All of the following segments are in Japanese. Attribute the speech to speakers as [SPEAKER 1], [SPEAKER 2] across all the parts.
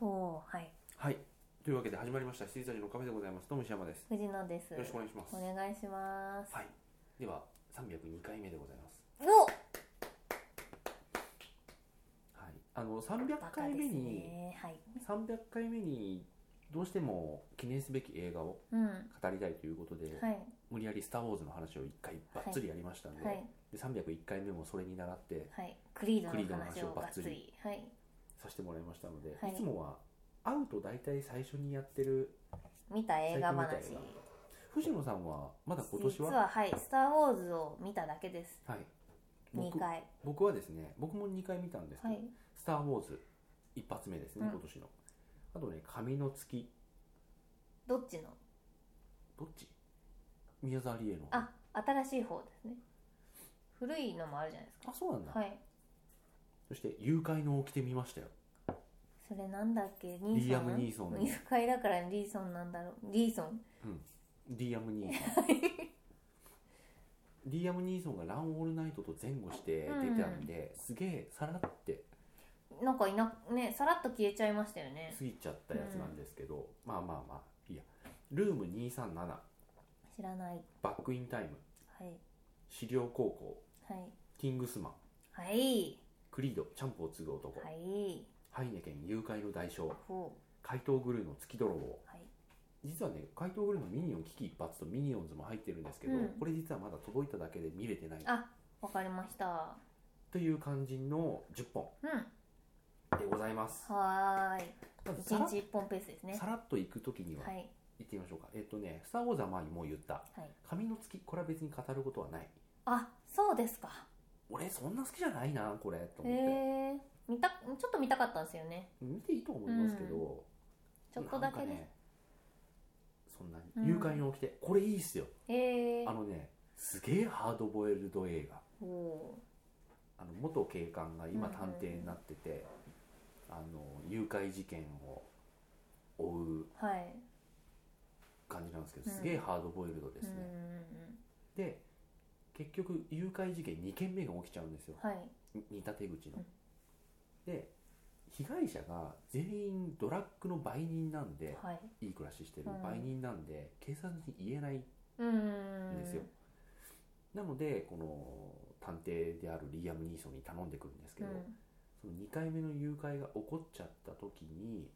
[SPEAKER 1] おーはい
[SPEAKER 2] はい。というわけで始まりました。七時のカフェでございます。どうも石山です。
[SPEAKER 1] 藤野です
[SPEAKER 2] よろしくお願いします。
[SPEAKER 1] お願いします、
[SPEAKER 2] はい。では、三百二回目でございます。
[SPEAKER 1] お
[SPEAKER 2] はい。あの三百
[SPEAKER 1] バカ
[SPEAKER 2] 回
[SPEAKER 1] で
[SPEAKER 2] 目
[SPEAKER 1] す
[SPEAKER 2] に、
[SPEAKER 1] ねはい
[SPEAKER 2] 三百回目にどうしても記念すべき映画を
[SPEAKER 1] うん
[SPEAKER 2] 語りたいということで、
[SPEAKER 1] はい
[SPEAKER 2] 無理やりスターウォーズの話を一回バッツリやりましたんで、
[SPEAKER 1] はい
[SPEAKER 2] で三百一回目もそれに倣って
[SPEAKER 1] はいクリード
[SPEAKER 2] クリード
[SPEAKER 1] の
[SPEAKER 2] の
[SPEAKER 1] 話
[SPEAKER 2] 話
[SPEAKER 1] を
[SPEAKER 2] を
[SPEAKER 1] が
[SPEAKER 2] が
[SPEAKER 1] っ
[SPEAKER 2] っ
[SPEAKER 1] つ
[SPEAKER 2] つり
[SPEAKER 1] りはい
[SPEAKER 2] させてもらいましたので、
[SPEAKER 1] はい
[SPEAKER 2] い、つもは会うと大体最初にやってる
[SPEAKER 1] 見た映画話
[SPEAKER 2] 最近見た映藤野さんはまだ今年
[SPEAKER 1] 実
[SPEAKER 2] は
[SPEAKER 1] ははい「スター・ウォーズ」を見ただけです
[SPEAKER 2] はい
[SPEAKER 1] 2
[SPEAKER 2] 僕
[SPEAKER 1] 回
[SPEAKER 2] 僕はですね僕も2回見たんですけ
[SPEAKER 1] は
[SPEAKER 2] ど、
[SPEAKER 1] い
[SPEAKER 2] スター・ウォーズ」一発目ですね、
[SPEAKER 1] うん
[SPEAKER 2] 今年のあとね「紙の月
[SPEAKER 1] どっちの」
[SPEAKER 2] どっち宮沢りえの
[SPEAKER 1] あ新しい方ですね古いのもあるじゃないです
[SPEAKER 2] あそうなんだ、
[SPEAKER 1] かはい
[SPEAKER 2] そして「誘拐の起きてみましたよ
[SPEAKER 1] それなんだっけニーソン
[SPEAKER 2] リアム・ニーソンの
[SPEAKER 1] 誘拐だからリーソンなんだろうリーソン
[SPEAKER 2] リアム・ニーソン リアム・ニーソンが「ラン・オールナイト」と前後して出たんで、すげえさらって
[SPEAKER 1] なんかいなねさらっと消えちゃいましたよね
[SPEAKER 2] 過ぎちゃったやつなんですけど、まあまあまあいいや「ルーム237
[SPEAKER 1] 知らない
[SPEAKER 2] バック・イン・タイム」
[SPEAKER 1] はい
[SPEAKER 2] 「資料高校」
[SPEAKER 1] はい
[SPEAKER 2] 「キングスマン」
[SPEAKER 1] はい
[SPEAKER 2] 「クリード」「チャンプを継ぐ男」
[SPEAKER 1] はい
[SPEAKER 2] ハイネケン誘拐の代償」
[SPEAKER 1] ほ
[SPEAKER 2] 怪盗グルーの月泥棒
[SPEAKER 1] うはい
[SPEAKER 2] 実はね怪盗グルーのミニオン危機一髪とミニオンズも入ってるんですけど、
[SPEAKER 1] うん
[SPEAKER 2] これ実はまだ届いただけで見れてない
[SPEAKER 1] あわかりました
[SPEAKER 2] という感じの10本
[SPEAKER 1] うん
[SPEAKER 2] でございます
[SPEAKER 1] はーい
[SPEAKER 2] まずさ
[SPEAKER 1] 1
[SPEAKER 2] ら
[SPEAKER 1] 日1本ペースですね
[SPEAKER 2] さらっと行く時には
[SPEAKER 1] はい
[SPEAKER 2] 行ってみましょうか、えっとね「スター・ウォーズ」は前にもう言った
[SPEAKER 1] はい
[SPEAKER 2] 「紙の月」これは別に語ることはない
[SPEAKER 1] あそうですか
[SPEAKER 2] 俺そんな好きじゃないなこれと
[SPEAKER 1] へ
[SPEAKER 2] 思って
[SPEAKER 1] え見たちょっと見たかったんですよね
[SPEAKER 2] 見ていいと思いますけど、
[SPEAKER 1] ちょっとだけ
[SPEAKER 2] なん
[SPEAKER 1] で
[SPEAKER 2] か
[SPEAKER 1] す、
[SPEAKER 2] ねそんな
[SPEAKER 1] う
[SPEAKER 2] に
[SPEAKER 1] ん
[SPEAKER 2] 誘拐の起きて、これいいっすよ
[SPEAKER 1] へえ
[SPEAKER 2] あのねすげえハードボイルド映画
[SPEAKER 1] おお
[SPEAKER 2] あの元警官が今
[SPEAKER 1] うんうん
[SPEAKER 2] 探偵になってて、あの誘拐事件を追う
[SPEAKER 1] ーはい
[SPEAKER 2] 感じなんですけど
[SPEAKER 1] うん
[SPEAKER 2] すげえハードボイルドです
[SPEAKER 1] うん
[SPEAKER 2] ね、
[SPEAKER 1] うんうん
[SPEAKER 2] で結局誘拐事件2件目が起きちゃうんですよ
[SPEAKER 1] はい
[SPEAKER 2] に似た手口の、
[SPEAKER 1] うん
[SPEAKER 2] で被害者が全員ドラッグの売人なんで
[SPEAKER 1] はい
[SPEAKER 2] いい暮らししてる
[SPEAKER 1] うん
[SPEAKER 2] 売人なんで警察に言えない
[SPEAKER 1] うん
[SPEAKER 2] んですよなのでこの探偵であるリアム・ニーソンに頼んでくるんですけ
[SPEAKER 1] う
[SPEAKER 2] ど、
[SPEAKER 1] ん
[SPEAKER 2] その2回目の誘拐が起こっちゃった時に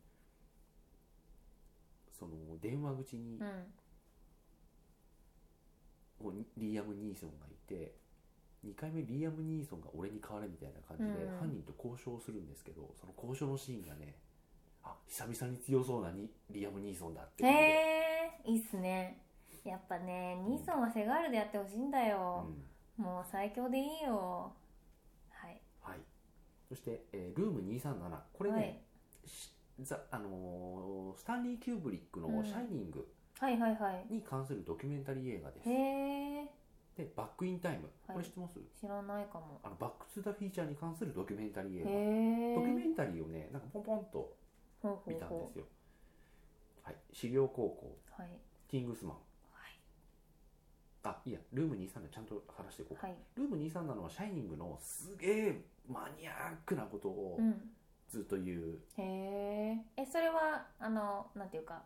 [SPEAKER 2] その電話口に
[SPEAKER 1] うん
[SPEAKER 2] こうリアム・ニーソンがいて2回目リアム・ニーソンが俺に代われみたいな感じで
[SPEAKER 1] うん
[SPEAKER 2] 犯人と交渉するんですけどその交渉のシーンがねあ久々に強そうなにリアム・ニーソンだっていうので、
[SPEAKER 1] へえいいっすねやっぱね
[SPEAKER 2] うん
[SPEAKER 1] ニーソンはセガールでやってほしいんだ
[SPEAKER 2] うん
[SPEAKER 1] よ、もう最強でいいよはい
[SPEAKER 2] はい、そして、えールーム237」これね、
[SPEAKER 1] はい
[SPEAKER 2] しザあのースタンリー・キューブリックの
[SPEAKER 1] う
[SPEAKER 2] 「
[SPEAKER 1] ん
[SPEAKER 2] シャイニング
[SPEAKER 1] はいはいはい」
[SPEAKER 2] に関するドキュメンタリー映画です、
[SPEAKER 1] へえ
[SPEAKER 2] で「バック・イン・タイム」
[SPEAKER 1] はい
[SPEAKER 2] これ知ってます、
[SPEAKER 1] 知らないかも
[SPEAKER 2] あのバック・トゥ・ザ・フィーチャーに関するドキュメンタリー
[SPEAKER 1] へ
[SPEAKER 2] 映
[SPEAKER 1] え
[SPEAKER 2] 画、ドキュメンタリーをねなんかポンポンと
[SPEAKER 1] ほうほ
[SPEAKER 2] 見
[SPEAKER 1] う
[SPEAKER 2] たんで
[SPEAKER 1] ほ
[SPEAKER 2] すよ、はい、資料高校
[SPEAKER 1] うはい
[SPEAKER 2] キングスマンあいいやルーム237ちゃんと話していこうか、
[SPEAKER 1] はい
[SPEAKER 2] ルーム237はシャイニングのすげえマニアックなことを
[SPEAKER 1] うん
[SPEAKER 2] ずっと言う、
[SPEAKER 1] へええそれはあのなんていうか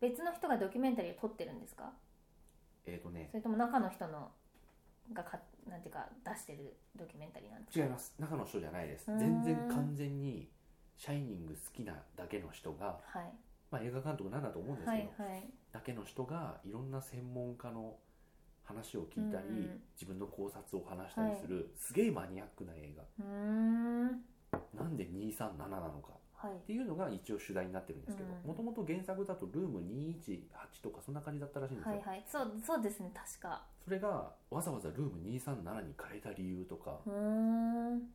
[SPEAKER 1] 別の人がドキュメンタリーを撮ってるんですか
[SPEAKER 2] えっ、とね
[SPEAKER 1] それとも中の人のがかなんていうか出してるドキュメンタリーなんです
[SPEAKER 2] 違
[SPEAKER 1] か
[SPEAKER 2] います中の人じゃないです
[SPEAKER 1] うーん
[SPEAKER 2] 全然完全にシャイニング好きなだけの人が、
[SPEAKER 1] はい
[SPEAKER 2] まあ、映画監督なんだと思うんです
[SPEAKER 1] は
[SPEAKER 2] けど、
[SPEAKER 1] いはい
[SPEAKER 2] だけの人がいろんな専門家の話を聞いたり、
[SPEAKER 1] うんうん
[SPEAKER 2] 自分の考察を話したりする、すげえマニアックな映画
[SPEAKER 1] うーん
[SPEAKER 2] なんで237なのか
[SPEAKER 1] はい
[SPEAKER 2] っていうのが一応主題になってるんですけど
[SPEAKER 1] うん
[SPEAKER 2] もともと原作だとルーム218とかそんな感じだったらしいんですよ、
[SPEAKER 1] はいはいそうそうですね確か
[SPEAKER 2] それがわざわざルーム237に変えた理由とか
[SPEAKER 1] うーん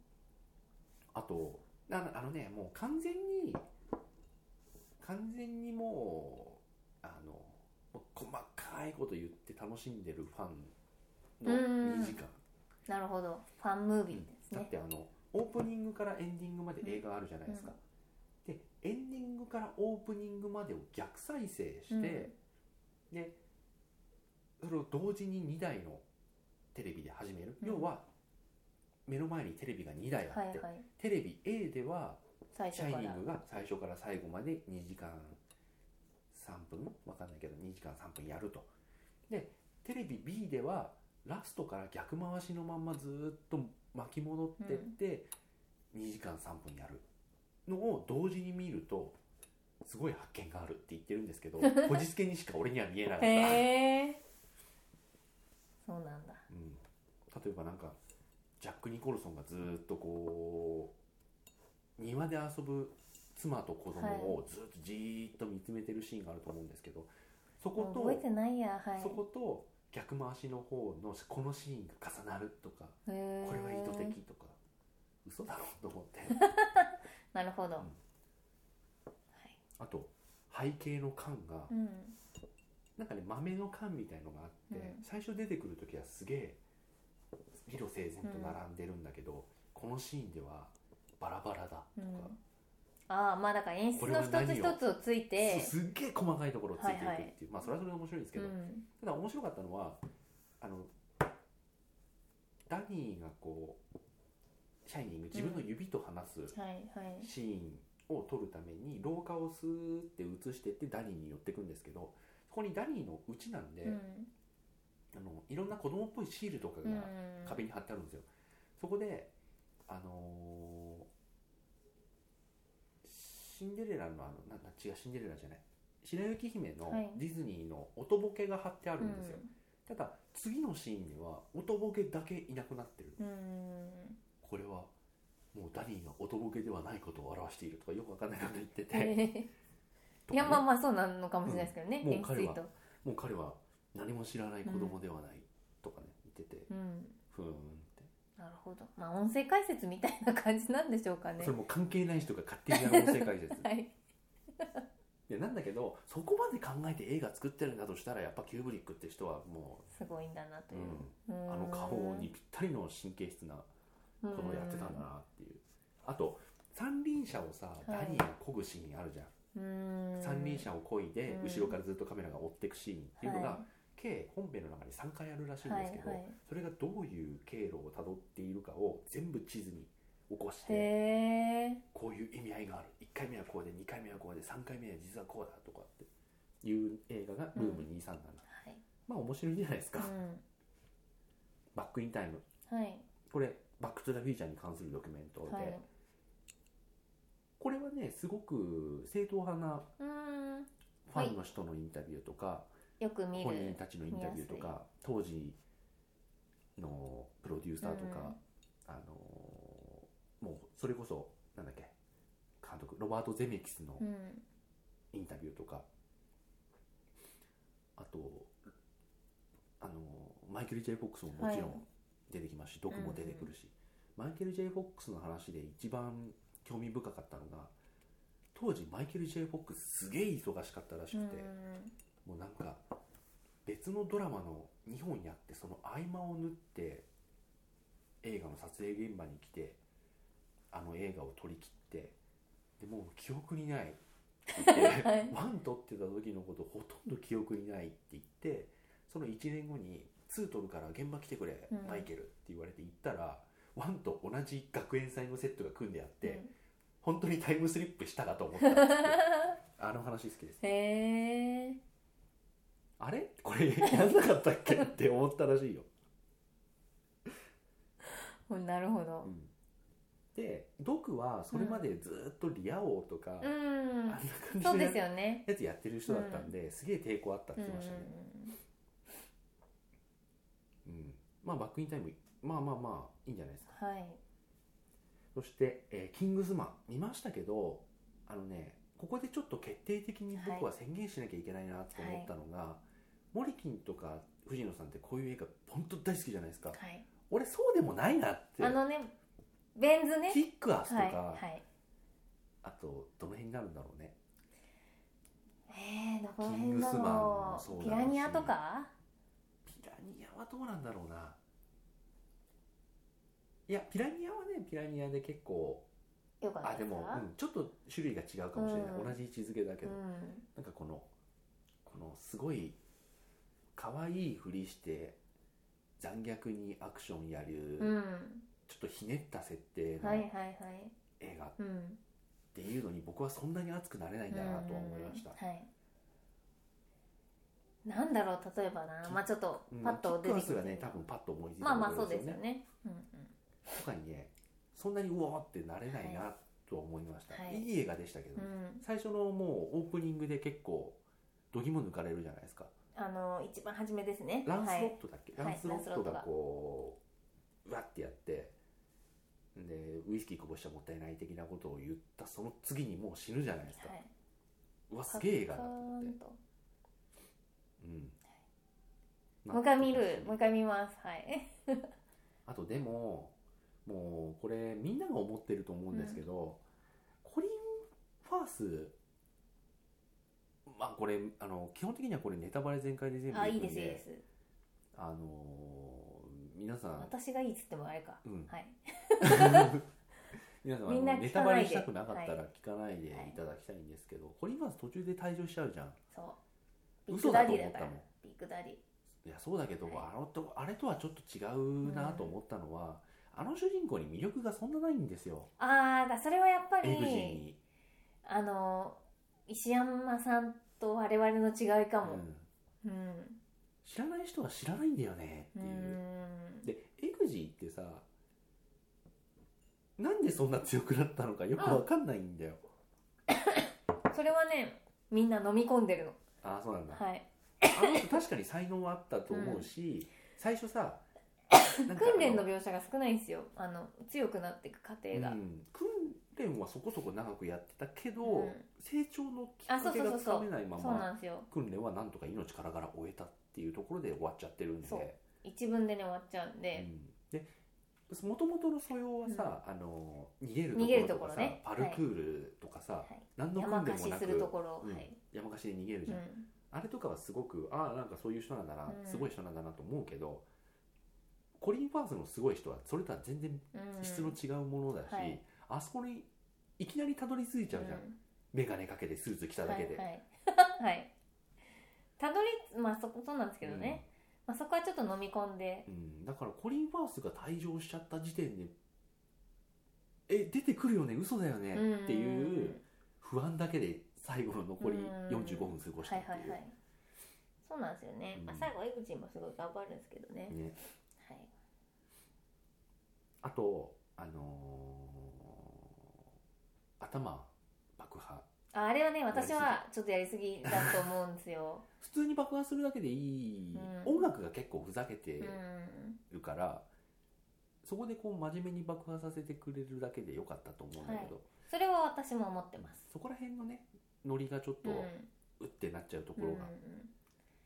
[SPEAKER 2] あとああのねもう完全に完全にもうあのもう細かいこと言って楽しんでるファン
[SPEAKER 1] うん
[SPEAKER 2] の2時間、
[SPEAKER 1] なるほどファンムービーです
[SPEAKER 2] だ
[SPEAKER 1] ね
[SPEAKER 2] っ、てあのオープニングからエンディングまで映画あるじゃないですか、でエンディングからオープニングまでを逆再生して、
[SPEAKER 1] うん
[SPEAKER 2] でそれを同時に2台のテレビで始める、
[SPEAKER 1] うん
[SPEAKER 2] 要は目の前にテレビが2台あって、
[SPEAKER 1] はいはい
[SPEAKER 2] テレビ A では
[SPEAKER 1] 最
[SPEAKER 2] シ
[SPEAKER 1] 初
[SPEAKER 2] ャイ
[SPEAKER 1] か
[SPEAKER 2] ニ
[SPEAKER 1] ら
[SPEAKER 2] ングが最初から最後まで2時間3分わかんないけど2時間3分やるとでテレビ B ではラストから逆回しのまんまずーっと巻き戻ってって2時間3分やるのを同時に見るとすごい発見があるって言ってるんですけ どこじつけにしか俺には見えなかった、
[SPEAKER 1] へえそうなんだ
[SPEAKER 2] うん、例えばなんかジャック・ニコルソンがずーっとこう庭で遊ぶ妻と子供をずーっとじーっと見つめてるシーンがあると思うんですけど、そこ
[SPEAKER 1] 覚え
[SPEAKER 2] と
[SPEAKER 1] てないやはい
[SPEAKER 2] そこと逆回しの方のこのシーンが重なるとか
[SPEAKER 1] へえ
[SPEAKER 2] これは意図的とか嘘だろと思って
[SPEAKER 1] なるほど、
[SPEAKER 2] うん
[SPEAKER 1] はい
[SPEAKER 2] あと背景の感が
[SPEAKER 1] うん
[SPEAKER 2] なんかね豆の缶みたいのがあって、
[SPEAKER 1] うん
[SPEAKER 2] 最初出てくる時はすげえ理路整然と並んでるんだけど、このシーンではバラバラだとか、
[SPEAKER 1] うんああまあだから演出の一つ一つをついて
[SPEAKER 2] そうすっげえ細かいところをついていくっていう、
[SPEAKER 1] はいはい
[SPEAKER 2] まあそれはそれで面白いんですけ
[SPEAKER 1] う
[SPEAKER 2] ど、
[SPEAKER 1] ん
[SPEAKER 2] ただ面白かったのはあのダニーがこうシャイニング自分の指と話す
[SPEAKER 1] はいはい
[SPEAKER 2] シーンを撮るために廊下をスーって映してってダニーに寄ってくんですけどそこにダニーの家なんで、
[SPEAKER 1] うん
[SPEAKER 2] あのいろんな子供っぽいシールとか
[SPEAKER 1] う
[SPEAKER 2] が
[SPEAKER 1] ん
[SPEAKER 2] 壁に貼ってあるんですよ、そこであのーシンデレラのあのなな違うシンデレラじゃない白雪姫の
[SPEAKER 1] はい
[SPEAKER 2] ディズニーの音ボケが貼ってあ
[SPEAKER 1] あ
[SPEAKER 2] るんですよ、ただ次のシーンでは音ボケだけいなくなってる
[SPEAKER 1] うん
[SPEAKER 2] これはもうダニーが音ボケではないことを表しているとかよくわかんないこと言ってて、
[SPEAKER 1] へ
[SPEAKER 2] とか
[SPEAKER 1] えいや
[SPEAKER 2] ね
[SPEAKER 1] まあまあそうなのかもしれないですけどね、
[SPEAKER 2] うんもう
[SPEAKER 1] 演出
[SPEAKER 2] 彼
[SPEAKER 1] 意
[SPEAKER 2] は
[SPEAKER 1] 図
[SPEAKER 2] もう彼は何も知らない子供ではないとかね言ってて
[SPEAKER 1] うん
[SPEAKER 2] ふーんって
[SPEAKER 1] なるほどまあ音声解説みたいな感じなんでしょうかね
[SPEAKER 2] それもう関係ない人が勝手にやる音声解説
[SPEAKER 1] はい
[SPEAKER 2] いやなんだけどそこまで考えて映画作ってるんだとしたらやっぱキューブリックって人はも
[SPEAKER 1] すごいんだなと
[SPEAKER 2] う、
[SPEAKER 1] いうう、
[SPEAKER 2] ん、
[SPEAKER 1] うーん
[SPEAKER 2] あの顔にぴったりの神経質なことをやってたんだなっていうあと三輪車をさ
[SPEAKER 1] い
[SPEAKER 2] ダニーが漕ぐシーンあるじゃん、
[SPEAKER 1] うん
[SPEAKER 2] 三輪車を漕いで
[SPEAKER 1] うん
[SPEAKER 2] 後ろからずっとカメラが追っていくシーンっていうのが、
[SPEAKER 1] は
[SPEAKER 2] 計本編の中に3回あるらしい
[SPEAKER 1] い
[SPEAKER 2] んですけど、
[SPEAKER 1] はいはい
[SPEAKER 2] それがどういう経路をたどっているかを全部地図に起こして
[SPEAKER 1] へえ
[SPEAKER 2] こういう意味合いがある1回目はこうで2回目はこうで3回目は実はこうだとかっていう映画が「ルーム237」
[SPEAKER 1] はい
[SPEAKER 2] まあ面白いんじゃないですか、バック・イン・タイム
[SPEAKER 1] うんはい
[SPEAKER 2] これ「バック・トゥ・ザ・フューチャー」に関するドキュメントで、
[SPEAKER 1] はい
[SPEAKER 2] これはねすごく正統派な
[SPEAKER 1] うーん
[SPEAKER 2] ファンの人のインタビューとか、
[SPEAKER 1] よく見
[SPEAKER 2] 本人
[SPEAKER 1] る
[SPEAKER 2] たちのインタビューと
[SPEAKER 1] 見
[SPEAKER 2] か当時のプロデューサーとか、
[SPEAKER 1] うん
[SPEAKER 2] あのーもうそれこそなんだっけ監督ロバート・ゼメキスの
[SPEAKER 1] うん
[SPEAKER 2] インタビューとかあとあのマイケル・ J ・フォックスももちろ
[SPEAKER 1] は
[SPEAKER 2] ん出てきますし、毒も出てくるし、マイケル・ J ・フォックスの話で一番興味深かったのが当時マイケル・ J ・フォックスすげえ忙しかったらしく
[SPEAKER 1] う
[SPEAKER 2] て、
[SPEAKER 1] ん
[SPEAKER 2] もうなんか別のドラマの2本やってその合間を縫って映画の撮影現場に来てあの映画を撮り切ってでもう記憶に ないって言って
[SPEAKER 1] はい
[SPEAKER 2] ワン撮ってた時のことほとんど記憶にないって言ってその1年後に2撮るから現場来てくれ、
[SPEAKER 1] うん
[SPEAKER 2] マイケルって言われて行ったらワンと同じ学園祭のセットが組んであって、
[SPEAKER 1] うん
[SPEAKER 2] 本当にタイムスリップしたかと思ったんですって あの話好きです
[SPEAKER 1] へえ
[SPEAKER 2] あれこれやんなかったっけって思ったらしい よ、
[SPEAKER 1] なるほど
[SPEAKER 2] で毒はそれまでずっとリア王とか、
[SPEAKER 1] う
[SPEAKER 2] あん
[SPEAKER 1] ん
[SPEAKER 2] な感じ
[SPEAKER 1] そう
[SPEAKER 2] の
[SPEAKER 1] ですよね
[SPEAKER 2] やつやってる人だったんで、すげえ抵抗あったって
[SPEAKER 1] うん
[SPEAKER 2] 言ってましたね、うんまあバックインタイムまあまあまあいいんじゃないですか
[SPEAKER 1] はい
[SPEAKER 2] そして、えーキングスマン」見ましたけどあのねここでちょっと決定的に僕は宣言しなきゃいけないなと思ったのが、モリキンとか藤野さんってこういう映画本当大好きじゃないですか
[SPEAKER 1] はい
[SPEAKER 2] 俺そうでもないなって
[SPEAKER 1] あのねベンズね
[SPEAKER 2] キックアスとか、
[SPEAKER 1] はいはい
[SPEAKER 2] あとどの辺になるんだろうね
[SPEAKER 1] えーどこら
[SPEAKER 2] キン
[SPEAKER 1] 辺
[SPEAKER 2] グス
[SPEAKER 1] だ
[SPEAKER 2] マンも
[SPEAKER 1] ろ
[SPEAKER 2] そうだろう
[SPEAKER 1] う
[SPEAKER 2] し
[SPEAKER 1] ピラニアとか
[SPEAKER 2] ピラニアはどうなんだろうないやピラニアはねピラニアで結構
[SPEAKER 1] よかった
[SPEAKER 2] あ
[SPEAKER 1] で
[SPEAKER 2] ですも、
[SPEAKER 1] か
[SPEAKER 2] うん、ちょっと種類が違うかもしれない、
[SPEAKER 1] うん
[SPEAKER 2] 同じ位置づけだけ
[SPEAKER 1] う
[SPEAKER 2] ど、
[SPEAKER 1] ん
[SPEAKER 2] なんかこのこのすごい可愛いふりして残虐にアクションやる、
[SPEAKER 1] うん
[SPEAKER 2] ちょっとひねった設定
[SPEAKER 1] は
[SPEAKER 2] の
[SPEAKER 1] いはいはい
[SPEAKER 2] 映画
[SPEAKER 1] うん
[SPEAKER 2] っていうのに僕はそんなに熱くなれないんだなとは思いました、
[SPEAKER 1] うんはいなんだろう例えばな
[SPEAKER 2] き
[SPEAKER 1] まあちょっと
[SPEAKER 2] うん
[SPEAKER 1] パッと出て
[SPEAKER 2] キ
[SPEAKER 1] き
[SPEAKER 2] ックアス
[SPEAKER 1] て
[SPEAKER 2] がね多分パッと思いついた
[SPEAKER 1] まあまあ
[SPEAKER 2] とこ
[SPEAKER 1] そ
[SPEAKER 2] ろ
[SPEAKER 1] うですよ
[SPEAKER 2] よ
[SPEAKER 1] ねうんうん
[SPEAKER 2] とかにねそんなにうおーってなれないなとは思いました、
[SPEAKER 1] はい
[SPEAKER 2] い、い映画でしたけどね、
[SPEAKER 1] うん、
[SPEAKER 2] 最初のもうオープニングで結構度肝抜かれるじゃないですか
[SPEAKER 1] あの一番初めですね
[SPEAKER 2] ランス
[SPEAKER 1] は
[SPEAKER 2] ロ
[SPEAKER 1] い
[SPEAKER 2] ットだっけ、
[SPEAKER 1] はい
[SPEAKER 2] ランスロット
[SPEAKER 1] ランスロットが
[SPEAKER 2] がこううわってやってでウイスキーこぼしちゃもったいない的なことを言ったその次にもう死ぬじゃないですか、
[SPEAKER 1] はいう
[SPEAKER 2] わすげえ映画だ
[SPEAKER 1] パ
[SPEAKER 2] と
[SPEAKER 1] カ
[SPEAKER 2] 思っ
[SPEAKER 1] ー
[SPEAKER 2] て
[SPEAKER 1] ンと
[SPEAKER 2] うん
[SPEAKER 1] もう一回見るもう一回見ますはい
[SPEAKER 2] あとでももうこれみんなが思ってると思うんですけど、コリン・ファースまあこれあの基本的にはこれネタバレ全開で全部
[SPEAKER 1] あ
[SPEAKER 2] い
[SPEAKER 1] い
[SPEAKER 2] く
[SPEAKER 1] い
[SPEAKER 2] んで
[SPEAKER 1] ですいいです
[SPEAKER 2] あのー皆さん、
[SPEAKER 1] 私がいいっつってもあれか
[SPEAKER 2] うん、
[SPEAKER 1] はい
[SPEAKER 2] 皆さんあ
[SPEAKER 1] みんな
[SPEAKER 2] の
[SPEAKER 1] 聞かないで
[SPEAKER 2] ネタバレしたくなかった
[SPEAKER 1] は
[SPEAKER 2] ら聞かないでいただきたいんですけど、コリン・ファース途中で退場しちゃうじゃん
[SPEAKER 1] そうビッ
[SPEAKER 2] 嘘
[SPEAKER 1] グ
[SPEAKER 2] だ
[SPEAKER 1] ダ
[SPEAKER 2] と
[SPEAKER 1] ディ
[SPEAKER 2] 思っ
[SPEAKER 1] だか
[SPEAKER 2] た
[SPEAKER 1] ら
[SPEAKER 2] もん
[SPEAKER 1] ビッグダディ
[SPEAKER 2] いやそうだけど、
[SPEAKER 1] はい
[SPEAKER 2] あのとあれとはちょっと違うなと思ったのは、あの主人公に魅力がそんなないんですよ、
[SPEAKER 1] ああだそれはやっぱ
[SPEAKER 2] エグジー
[SPEAKER 1] り
[SPEAKER 2] に。
[SPEAKER 1] あの石山さんと我々の違いか
[SPEAKER 2] う
[SPEAKER 1] も
[SPEAKER 2] ん
[SPEAKER 1] うん
[SPEAKER 2] 知らない人は知らないんだよね
[SPEAKER 1] う
[SPEAKER 2] っ
[SPEAKER 1] ー
[SPEAKER 2] ていう、
[SPEAKER 1] ん
[SPEAKER 2] でエグジーってさなんでそんな強くなったのかよくわかんないんだよ、
[SPEAKER 1] それはねみんな飲み込んでるの
[SPEAKER 2] ああそうなんだ、
[SPEAKER 1] はい
[SPEAKER 2] あの人確かに才能はあったと思うし、最初さなんかあ
[SPEAKER 1] 訓練の描写が少ないんですよあの強くなっていく過程が、
[SPEAKER 2] うん訓練はそこそこ長くやってたけど、
[SPEAKER 1] うん
[SPEAKER 2] 成長のきっかけ
[SPEAKER 1] あそうそうそ
[SPEAKER 2] が
[SPEAKER 1] う
[SPEAKER 2] つ
[SPEAKER 1] そう
[SPEAKER 2] かめないま
[SPEAKER 1] そう
[SPEAKER 2] ま
[SPEAKER 1] なんですよ
[SPEAKER 2] 訓練はなんとか命からがら終えたっていうところで終わっちゃってるんで
[SPEAKER 1] そう一文でね終わっちゃうんで、
[SPEAKER 2] うん、でもともとの素養はさ、あの逃げるとこ
[SPEAKER 1] 逃げる
[SPEAKER 2] ろ
[SPEAKER 1] と
[SPEAKER 2] と
[SPEAKER 1] こ
[SPEAKER 2] か
[SPEAKER 1] ろ
[SPEAKER 2] さ、
[SPEAKER 1] ね
[SPEAKER 2] パルクールとかさ、
[SPEAKER 1] はい
[SPEAKER 2] 何の
[SPEAKER 1] 山
[SPEAKER 2] 訓練
[SPEAKER 1] 貸
[SPEAKER 2] も
[SPEAKER 1] し
[SPEAKER 2] なく
[SPEAKER 1] するところ、
[SPEAKER 2] うん
[SPEAKER 1] はい、
[SPEAKER 2] 山貸しで逃げる
[SPEAKER 1] う
[SPEAKER 2] じ
[SPEAKER 1] ん
[SPEAKER 2] ゃん、あれとかはすごくああなんかそういう人なんだな、
[SPEAKER 1] うん
[SPEAKER 2] すごい人なんだなと思うけどコリン・ファースのすごい人はそれとは全然
[SPEAKER 1] うん、
[SPEAKER 2] 質の違うものだし、
[SPEAKER 1] はい
[SPEAKER 2] あそこにいきなりたどり着いちゃうじゃん、眼鏡かけてスーツ着た
[SPEAKER 1] うん
[SPEAKER 2] だけで、
[SPEAKER 1] はいはいはい たどりまあそこそうなんですけどね、まあ、そこはちょっと飲み込んで
[SPEAKER 2] うん、うんだからコリン・ファースが退場しちゃった時点でえ出てくるよね嘘だよね、
[SPEAKER 1] うん
[SPEAKER 2] っていう不安だけで最後の残り
[SPEAKER 1] うん
[SPEAKER 2] 45分過ごした
[SPEAKER 1] は
[SPEAKER 2] っ
[SPEAKER 1] い
[SPEAKER 2] ていう、
[SPEAKER 1] はいはいそうなんですよね、まあ
[SPEAKER 2] う、ん
[SPEAKER 1] 最後江口もすごい頑張るんですけどね、
[SPEAKER 2] ね、
[SPEAKER 1] はい
[SPEAKER 2] あとあのー頭爆破
[SPEAKER 1] ああれはね私はちょっとやりすぎだと思うんで すよ、
[SPEAKER 2] 普通に爆破するだけでいい、
[SPEAKER 1] うん
[SPEAKER 2] 音楽が結構ふざけて
[SPEAKER 1] うん
[SPEAKER 2] るから、そこでこう真面目に爆破させてくれるだけでよかったと思うんだけど、
[SPEAKER 1] それは私も思ってます
[SPEAKER 2] そこら辺のねノリがちょっと
[SPEAKER 1] うん
[SPEAKER 2] うってなっちゃうところが
[SPEAKER 1] う、んうん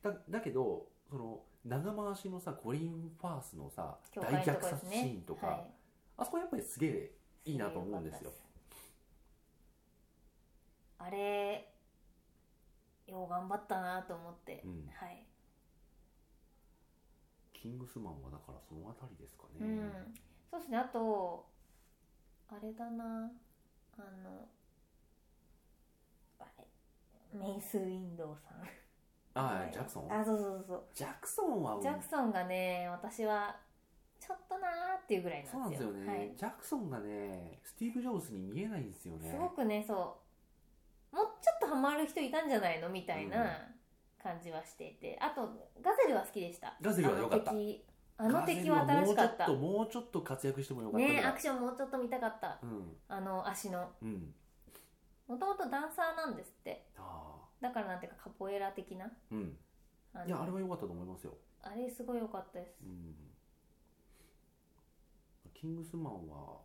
[SPEAKER 2] だだけどその長回しのさコリン・ファースのさ
[SPEAKER 1] 教会の
[SPEAKER 2] 大
[SPEAKER 1] と
[SPEAKER 2] 虐
[SPEAKER 1] こで
[SPEAKER 2] 殺
[SPEAKER 1] す
[SPEAKER 2] シ
[SPEAKER 1] ね
[SPEAKER 2] ーンとか、
[SPEAKER 1] はい
[SPEAKER 2] あそこやっぱりすげえいいなと思うんですよ
[SPEAKER 1] あれよう頑張ったなと思って、
[SPEAKER 2] うん
[SPEAKER 1] はい、
[SPEAKER 2] キングスマンはだからそのあたりですかね、
[SPEAKER 1] うん、そうですねあとあれだなあのあれメイス・ウィンドウさん
[SPEAKER 2] ああジャクソン
[SPEAKER 1] あそうそうそう
[SPEAKER 2] ジャクソンは
[SPEAKER 1] そうジャクソンがね私はちょっとなーっていうぐらい
[SPEAKER 2] そう
[SPEAKER 1] な
[SPEAKER 2] なんん
[SPEAKER 1] で
[SPEAKER 2] ですす
[SPEAKER 1] よ
[SPEAKER 2] よね、
[SPEAKER 1] はい
[SPEAKER 2] ジャクソンがねスティーブ・ジョブズに見えないんですよね
[SPEAKER 1] すごくねそうもうちょっとハマる人いたんじゃないのみたい
[SPEAKER 2] うん
[SPEAKER 1] な感じはしていて、あとガゼルは好きでした
[SPEAKER 2] ガゼルは良かった
[SPEAKER 1] あの敵あの敵は新しかっ
[SPEAKER 2] ガ
[SPEAKER 1] た
[SPEAKER 2] ゼルはもうちょっともうちょっと活躍してもよかったぐら
[SPEAKER 1] ね
[SPEAKER 2] い
[SPEAKER 1] アクションもうちょっと見たかった
[SPEAKER 2] うん
[SPEAKER 1] あの足の
[SPEAKER 2] うん
[SPEAKER 1] もともとダンサーなんですって
[SPEAKER 2] ああ
[SPEAKER 1] だからなんていうかカポエラ的な
[SPEAKER 2] うん
[SPEAKER 1] あの
[SPEAKER 2] いやあれは良かったと思いますよ
[SPEAKER 1] あれすごい良かったです
[SPEAKER 2] うんキングスマンは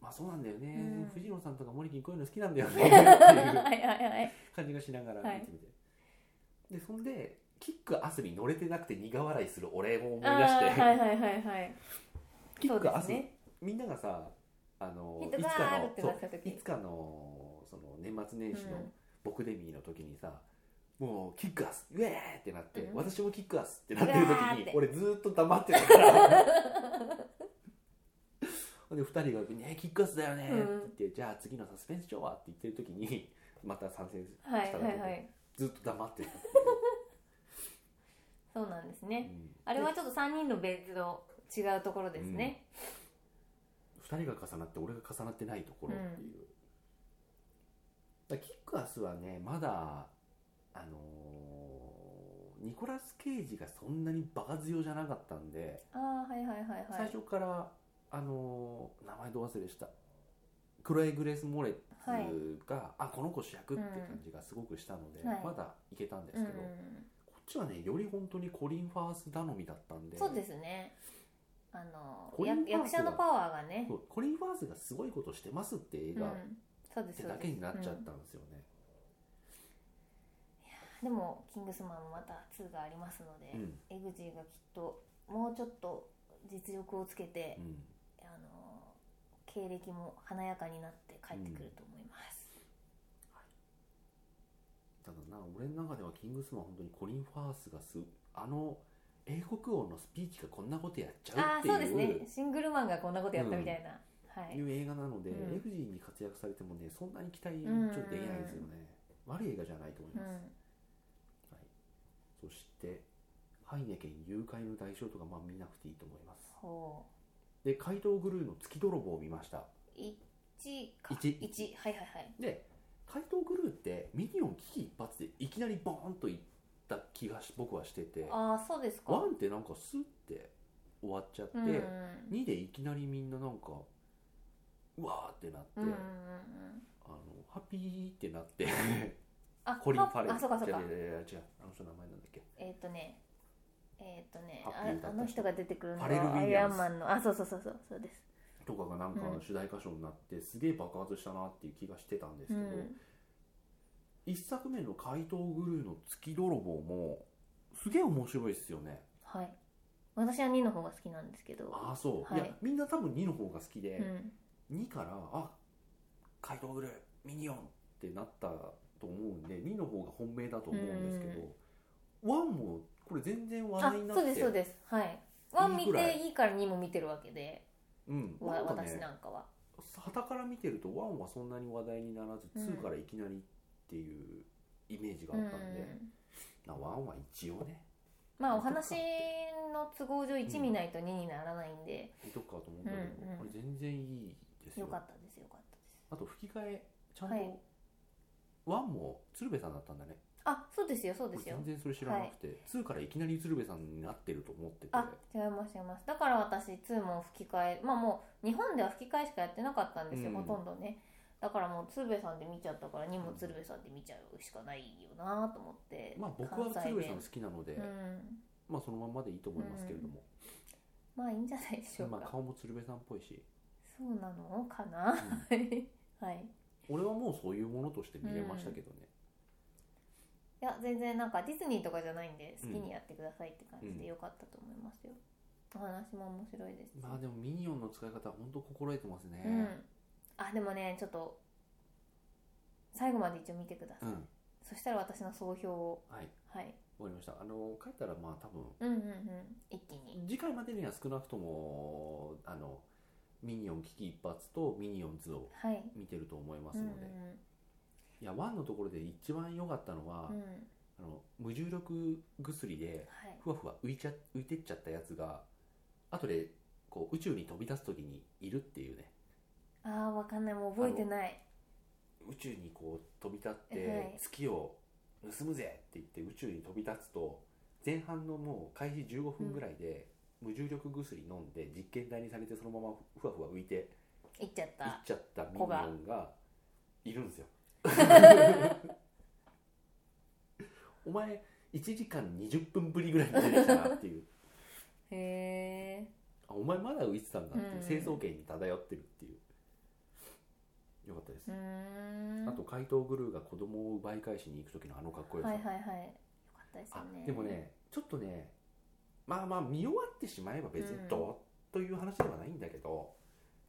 [SPEAKER 2] まあそうなんだよね、
[SPEAKER 1] うん
[SPEAKER 2] 藤野さんとか森木こういうの好きなんだよ ねっていう
[SPEAKER 1] はいはいはい
[SPEAKER 2] 感じがしながら
[SPEAKER 1] はい
[SPEAKER 2] 見てみて、でそんでキックアスに乗れてなくて苦笑いする俺を思い出
[SPEAKER 1] あ
[SPEAKER 2] して、
[SPEAKER 1] ーはいはいはいはい
[SPEAKER 2] キックア
[SPEAKER 1] そう
[SPEAKER 2] ス、
[SPEAKER 1] ですね
[SPEAKER 2] みんながさあの
[SPEAKER 1] ヒ
[SPEAKER 2] い
[SPEAKER 1] ット
[SPEAKER 2] つ
[SPEAKER 1] ガ
[SPEAKER 2] か
[SPEAKER 1] ールっ
[SPEAKER 2] の
[SPEAKER 1] て
[SPEAKER 2] そ
[SPEAKER 1] な
[SPEAKER 2] う
[SPEAKER 1] った時
[SPEAKER 2] いつかのその年末年始
[SPEAKER 1] う
[SPEAKER 2] の
[SPEAKER 1] ん
[SPEAKER 2] 僕デミーの時にさ、もうキックアスウェーってなって、
[SPEAKER 1] うん
[SPEAKER 2] 私もキックアスってなってる
[SPEAKER 1] うわーっ
[SPEAKER 2] 時
[SPEAKER 1] て
[SPEAKER 2] に俺ずーっと黙ってたから で2人が「ねキックアスだよね」って言って「じゃあ次のサスペンスショーは?」って言ってる時にまた参戦
[SPEAKER 1] はいはいはい
[SPEAKER 2] ずっと黙って たってい
[SPEAKER 1] そうなんです
[SPEAKER 2] う、
[SPEAKER 1] ね
[SPEAKER 2] うん
[SPEAKER 1] あれはちょっと3人のベ別の違うところですね、
[SPEAKER 2] 不2人が重なって俺が重なってないところっていう、だからキックアスはねまだあのーニコラス・ケイジがそんなにバカ強じゃなかったんで、
[SPEAKER 1] ああはいはいはいは
[SPEAKER 2] 最
[SPEAKER 1] い
[SPEAKER 2] 初からあのー名前ど忘れしたクロエ・グレース・モレッツが、あこの子主役って感じがすごくしたので、
[SPEAKER 1] はい
[SPEAKER 2] まだいけたんです
[SPEAKER 1] うん
[SPEAKER 2] けど、こっちはねより本当にコリン・ファース頼みだったんで
[SPEAKER 1] そうですねあの
[SPEAKER 2] コリン
[SPEAKER 1] 役
[SPEAKER 2] ファー
[SPEAKER 1] 役
[SPEAKER 2] ス
[SPEAKER 1] 者のパワーがね
[SPEAKER 2] そうコリン・ファースがすごいことしてますって映
[SPEAKER 1] う
[SPEAKER 2] 画っ
[SPEAKER 1] んそうです
[SPEAKER 2] て
[SPEAKER 1] そう
[SPEAKER 2] だ
[SPEAKER 1] です
[SPEAKER 2] けになっちゃったんですよね、
[SPEAKER 1] でも「キングスマン」もまた2がありますので、
[SPEAKER 2] うん
[SPEAKER 1] エグジーがきっともうちょっと実力をつけて
[SPEAKER 2] う、ん
[SPEAKER 1] あの経歴も華やかになって帰ってくると思います、
[SPEAKER 2] ただな俺の中ではキングスマンは本当にコリン・ファースがすあの英国王のスピーチがこんなことやっち
[SPEAKER 1] あ
[SPEAKER 2] ゃう
[SPEAKER 1] あ
[SPEAKER 2] ってい
[SPEAKER 1] そうですねシングルマンがこんなことやったみたいな、はい
[SPEAKER 2] いう映画なので、
[SPEAKER 1] うん
[SPEAKER 2] エグジーに活躍されてもねそんなに期待ちょ
[SPEAKER 1] うん
[SPEAKER 2] っとできないですよね、悪い映画じゃないと思いうます、
[SPEAKER 1] ん
[SPEAKER 2] そしてハイネケン誘拐の代償とかまあ見なくていいと思います
[SPEAKER 1] ほ
[SPEAKER 2] で怪盗グルーの月泥棒を見ました
[SPEAKER 1] う1か
[SPEAKER 2] 一
[SPEAKER 1] 1はいはいはい
[SPEAKER 2] で怪盗グルーってミニオン危機一髪でいきなりボーンといった気がし僕はしてて
[SPEAKER 1] ああそうですか
[SPEAKER 2] ワンってなんかスッて終わっちゃって、
[SPEAKER 1] うんうん
[SPEAKER 2] 2でいきなりみんななんかうわーってなって、
[SPEAKER 1] うんうんうん
[SPEAKER 2] あのハッピーってなって
[SPEAKER 1] あ
[SPEAKER 2] コリン・ファレル
[SPEAKER 1] あそうかそうか
[SPEAKER 2] 違う違う違う違うあの人の名前なんだっけ
[SPEAKER 1] えっ、とねえっ、とね
[SPEAKER 2] ハッピーだった
[SPEAKER 1] ああの人が出てくるの
[SPEAKER 2] ファレルウ
[SPEAKER 1] は
[SPEAKER 2] ィ
[SPEAKER 1] ア
[SPEAKER 2] リ
[SPEAKER 1] イ
[SPEAKER 2] ア
[SPEAKER 1] ア
[SPEAKER 2] ム
[SPEAKER 1] ン
[SPEAKER 2] ズ
[SPEAKER 1] マンのあそうそうそうそうそうです
[SPEAKER 2] とかがなんか
[SPEAKER 1] うん
[SPEAKER 2] 主題歌唱になって、すげえ爆発したなっていう気がしてたんです
[SPEAKER 1] う
[SPEAKER 2] けど、
[SPEAKER 1] ん
[SPEAKER 2] 一作目の「怪盗グルーの月泥棒」もすげえ面白いですよね
[SPEAKER 1] はい私は2の方が好きなんですけど
[SPEAKER 2] ああそう、
[SPEAKER 1] はい
[SPEAKER 2] い、やみんな多分2の方が好き
[SPEAKER 1] う
[SPEAKER 2] で、
[SPEAKER 1] ん
[SPEAKER 2] 2から「あ怪盗グルーミニオン!」ってなったと思うんで2の方が本命だと思うんですけど、1もこれ全然話
[SPEAKER 1] あ
[SPEAKER 2] 題になって
[SPEAKER 1] そうですそうですはい1
[SPEAKER 2] いい
[SPEAKER 1] 見
[SPEAKER 2] ぐらい
[SPEAKER 1] ていいから2も見てるわけで
[SPEAKER 2] うん、
[SPEAKER 1] わ
[SPEAKER 2] なんか
[SPEAKER 1] 私
[SPEAKER 2] ね
[SPEAKER 1] なんかは
[SPEAKER 2] はたから見てると1はそんなに話題にならず
[SPEAKER 1] うん
[SPEAKER 2] 2からいきなりっていうイメージが
[SPEAKER 1] う
[SPEAKER 2] あ
[SPEAKER 1] ん
[SPEAKER 2] ったんで、な1は一応ね
[SPEAKER 1] まあお話の都合上1見ないと2にならないんで
[SPEAKER 2] 見とくかと思ったけど、
[SPEAKER 1] うんうん
[SPEAKER 2] これ全然いいです
[SPEAKER 1] よ
[SPEAKER 2] よ
[SPEAKER 1] かったですよかったです
[SPEAKER 2] あと吹き替えちゃんと、
[SPEAKER 1] はい
[SPEAKER 2] 1も鶴瓶さんだったんだね
[SPEAKER 1] あそうですよそう
[SPEAKER 2] こ
[SPEAKER 1] で
[SPEAKER 2] れ
[SPEAKER 1] すよ
[SPEAKER 2] 全然それ知らなくて、2からいきなり鶴瓶さんになってると思ってて
[SPEAKER 1] あ違います違いますだから私2も吹き替えまあもう日本では吹き替えしかやってなかったんですよ、
[SPEAKER 2] うん
[SPEAKER 1] ほとんどねだからもう鶴瓶さんで見ちゃったから2も鶴瓶さんで見ちゃうしかないよなと思って
[SPEAKER 2] まあ僕は
[SPEAKER 1] 関西
[SPEAKER 2] 鶴
[SPEAKER 1] 弁
[SPEAKER 2] 瓶さん好きなので、
[SPEAKER 1] うん
[SPEAKER 2] まあそのまんまでいいと思いますけれども、
[SPEAKER 1] まあいいんじゃないでしょうか、
[SPEAKER 2] まあ顔も鶴瓶さんっぽいし、
[SPEAKER 1] そうなのかな
[SPEAKER 2] うん
[SPEAKER 1] はい
[SPEAKER 2] 俺はもうそういうものとして見れましたけどね、
[SPEAKER 1] いや全然なんかディズニーとかじゃないんで好きにやってくださいって感じ
[SPEAKER 2] うん
[SPEAKER 1] でよかったと思いますよ、お話も面白いですし
[SPEAKER 2] まあでもミニオンの使い方は本当心得てますね、
[SPEAKER 1] うんあでもねちょっと最後まで一応見てください、
[SPEAKER 2] うん
[SPEAKER 1] そしたら私の総評を
[SPEAKER 2] はい
[SPEAKER 1] はい
[SPEAKER 2] わかりましたあの帰ったらまあ多分
[SPEAKER 1] うんうんうん一気に
[SPEAKER 2] 次回までには少なくともあのミニオン危機一髪とミニオンズを
[SPEAKER 1] はい
[SPEAKER 2] 見てると思います
[SPEAKER 1] うん
[SPEAKER 2] の
[SPEAKER 1] う
[SPEAKER 2] で、いや1のところで一番良かったのは、
[SPEAKER 1] んうん
[SPEAKER 2] あの無重力薬で
[SPEAKER 1] はい
[SPEAKER 2] ふわふわ浮いちゃ浮いてっちゃったやつが後でこう宇宙に飛び出す時にいるっていうね
[SPEAKER 1] あーわかんないもう覚えてない
[SPEAKER 2] 宇宙にこう飛び立っ
[SPEAKER 1] はい
[SPEAKER 2] て月を盗むぜって言って宇宙に飛び立つと前半のもう開始15分ぐらいで無重力薬飲んで実験台にされてそのままふわふわ浮いて
[SPEAKER 1] 行っちゃっ
[SPEAKER 2] いったちゃったミニオ
[SPEAKER 1] 子が
[SPEAKER 2] ンがいるん ですよお前1時間20分ぶりぐらいに出てきたなっていう
[SPEAKER 1] へえ
[SPEAKER 2] あお前まだ浮いてたんだっていう
[SPEAKER 1] うん
[SPEAKER 2] 成層圏に漂ってるっていうよかったです
[SPEAKER 1] うーん
[SPEAKER 2] あと怪盗グルーが子供を奪い返しに行く時のあのかっこよさ、
[SPEAKER 1] はいはいはいよかったですよ
[SPEAKER 2] あ
[SPEAKER 1] ね
[SPEAKER 2] でもねちょっとねまあまあ見終わってしまえば別にどうという話ではないんだけど、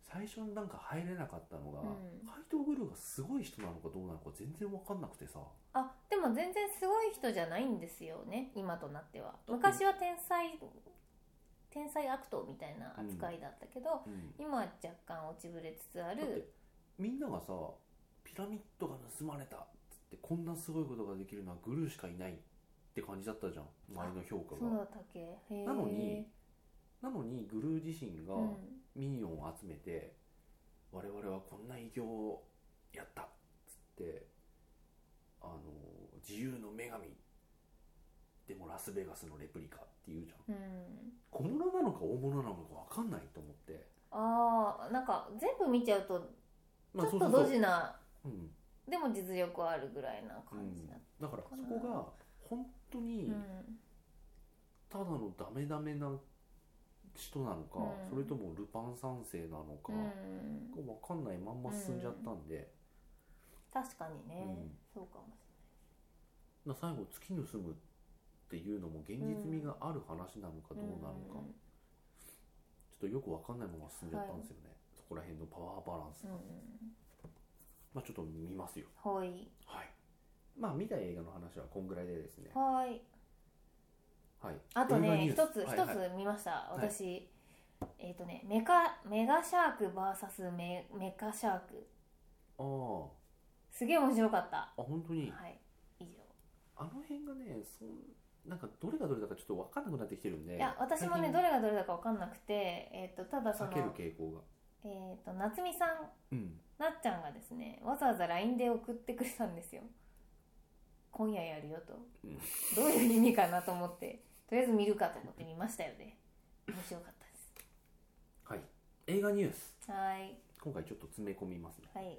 [SPEAKER 2] 最初になんか入れなかったのが、
[SPEAKER 1] うん
[SPEAKER 2] 怪盗グルーがすごい人なのかどうなのか全然わかんなくてさ
[SPEAKER 1] あでも全然すごい人じゃないんですよね今となっては
[SPEAKER 2] うん
[SPEAKER 1] 昔は天才天才悪党みたいな扱いだったけど、
[SPEAKER 2] うん
[SPEAKER 1] 今は若干落ちぶれつつあ
[SPEAKER 2] だって
[SPEAKER 1] る
[SPEAKER 2] みんながさピラミッドが盗まれたっつってこんなすごいことができるのはグルーしかいないって感じだったじゃん周りの評価
[SPEAKER 1] そうだ
[SPEAKER 2] が
[SPEAKER 1] ったっけへえ
[SPEAKER 2] なのになのにグルー自身が
[SPEAKER 1] うん
[SPEAKER 2] ミニオンを集めて、我々はこんな偉業をやったっつってあの自由の女神でもラスベガスのレプリカっていうじゃん
[SPEAKER 1] うん
[SPEAKER 2] 小物なのか大物なのか分かんないと思って、
[SPEAKER 1] ああなんか全部見ちゃうとち
[SPEAKER 2] ま
[SPEAKER 1] ょ
[SPEAKER 2] あ
[SPEAKER 1] っ
[SPEAKER 2] そう
[SPEAKER 1] と
[SPEAKER 2] そうそう
[SPEAKER 1] ドジな
[SPEAKER 2] うん
[SPEAKER 1] でも実力はあるぐらいな
[SPEAKER 2] う
[SPEAKER 1] 感じ
[SPEAKER 2] ん
[SPEAKER 1] だっ、
[SPEAKER 2] だからそこが本当
[SPEAKER 1] た、
[SPEAKER 2] にただのダメダメな人なのか、
[SPEAKER 1] うん
[SPEAKER 2] それともルパン三世なのか、
[SPEAKER 1] うんうん
[SPEAKER 2] 分かんないまんま進んじゃったんで、
[SPEAKER 1] 確かにね、
[SPEAKER 2] うん
[SPEAKER 1] そうかもし
[SPEAKER 2] まあ最後月盗むっていうのも現実味がある話なのかど
[SPEAKER 1] れ
[SPEAKER 2] う
[SPEAKER 1] ない
[SPEAKER 2] なのか、ちょっとよく分かんないまま進んじゃったんですよね、そこら辺のパワーバランス、
[SPEAKER 1] うんうん
[SPEAKER 2] まあちょっと見ますよ
[SPEAKER 1] うんはい
[SPEAKER 2] はいまあ見た映画の話はこんぐらいでですね
[SPEAKER 1] はい
[SPEAKER 2] はい
[SPEAKER 1] あと
[SPEAKER 2] 映画ニ
[SPEAKER 1] ね
[SPEAKER 2] ュー
[SPEAKER 1] 一
[SPEAKER 2] ス
[SPEAKER 1] つ一
[SPEAKER 2] はいはい
[SPEAKER 1] つ見ました、
[SPEAKER 2] い
[SPEAKER 1] 私、えっ、とねメカメガシャーク VS メメカシャーク
[SPEAKER 2] あー
[SPEAKER 1] すげえ面白かったは
[SPEAKER 2] あ本当に
[SPEAKER 1] い以上
[SPEAKER 2] あの辺がねそんなんかどれがどれだかちょっと分かんなくなってきてるんで
[SPEAKER 1] いや私もねど
[SPEAKER 2] 最
[SPEAKER 1] れがどれだか分かんなくて、えっとただそ
[SPEAKER 2] 近
[SPEAKER 1] の、
[SPEAKER 2] 避ける傾向が
[SPEAKER 1] えっと夏美さん
[SPEAKER 2] うん
[SPEAKER 1] なっちゃんがですねわざわざ LINE で送ってくれたんですよ今夜やるよと、
[SPEAKER 2] うん
[SPEAKER 1] どういう意味かなと思ってとりあえず見るかと思って見ましたよね面白かった
[SPEAKER 2] は
[SPEAKER 1] で
[SPEAKER 2] い映画ニュース
[SPEAKER 1] すはい
[SPEAKER 2] 今回ちょっと詰め込みますね
[SPEAKER 1] はい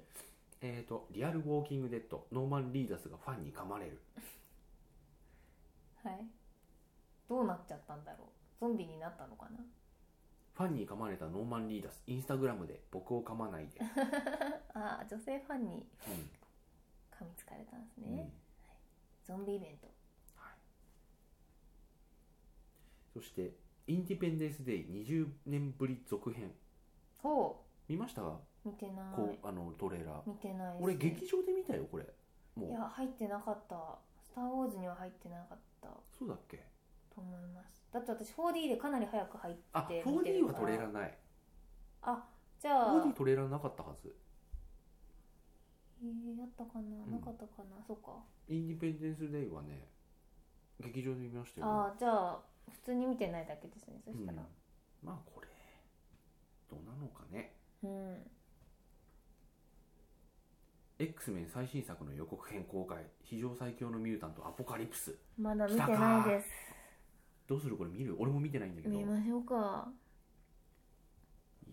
[SPEAKER 2] えーと「リアルウォーキングデッドノーマン・リーダスがファンに噛まれる
[SPEAKER 1] はいどうなっちゃったんだろうゾンビになったのかな」
[SPEAKER 2] ファンに噛まれたノーマン・リーダスインスタグラムで僕を噛まないで、
[SPEAKER 1] あ女性ファンに
[SPEAKER 2] う
[SPEAKER 1] 噛みつかれたんです
[SPEAKER 2] んうん
[SPEAKER 1] ね、ゾンビイベント
[SPEAKER 2] はい、そして「インディペンデンス・デイ」20年ぶり続編
[SPEAKER 1] ほ
[SPEAKER 2] 見ました
[SPEAKER 1] う見てな
[SPEAKER 2] こ
[SPEAKER 1] いう
[SPEAKER 2] あのトレーラー
[SPEAKER 1] 見てないです
[SPEAKER 2] 俺劇場で見たよこれもう
[SPEAKER 1] いや入ってなかった「スター・ウォーズ」には入ってなかった
[SPEAKER 2] そうだっけ
[SPEAKER 1] と思いますだって私 4D でかなり早く入っ
[SPEAKER 2] あ
[SPEAKER 1] で見て
[SPEAKER 2] 4D
[SPEAKER 1] る
[SPEAKER 2] は
[SPEAKER 1] から
[SPEAKER 2] トレーラーない
[SPEAKER 1] あじゃあ
[SPEAKER 2] 4D トレーラーなかったはず
[SPEAKER 1] えー、あったかな、
[SPEAKER 2] ん
[SPEAKER 1] なかったかなそっか
[SPEAKER 2] インディペンデンス・デイはね劇場で見ましたよ、
[SPEAKER 1] ああじゃあ普通に見てないだけですねそしたら
[SPEAKER 2] うん、まあこれどうなのかね
[SPEAKER 1] うん、
[SPEAKER 2] X メン最新作の予告編公開史上最強のミュータントアポカリプス
[SPEAKER 1] まだ見てないです
[SPEAKER 2] どうするこれ見る俺も見てないんだけど
[SPEAKER 1] 見
[SPEAKER 2] い
[SPEAKER 1] ましょうか、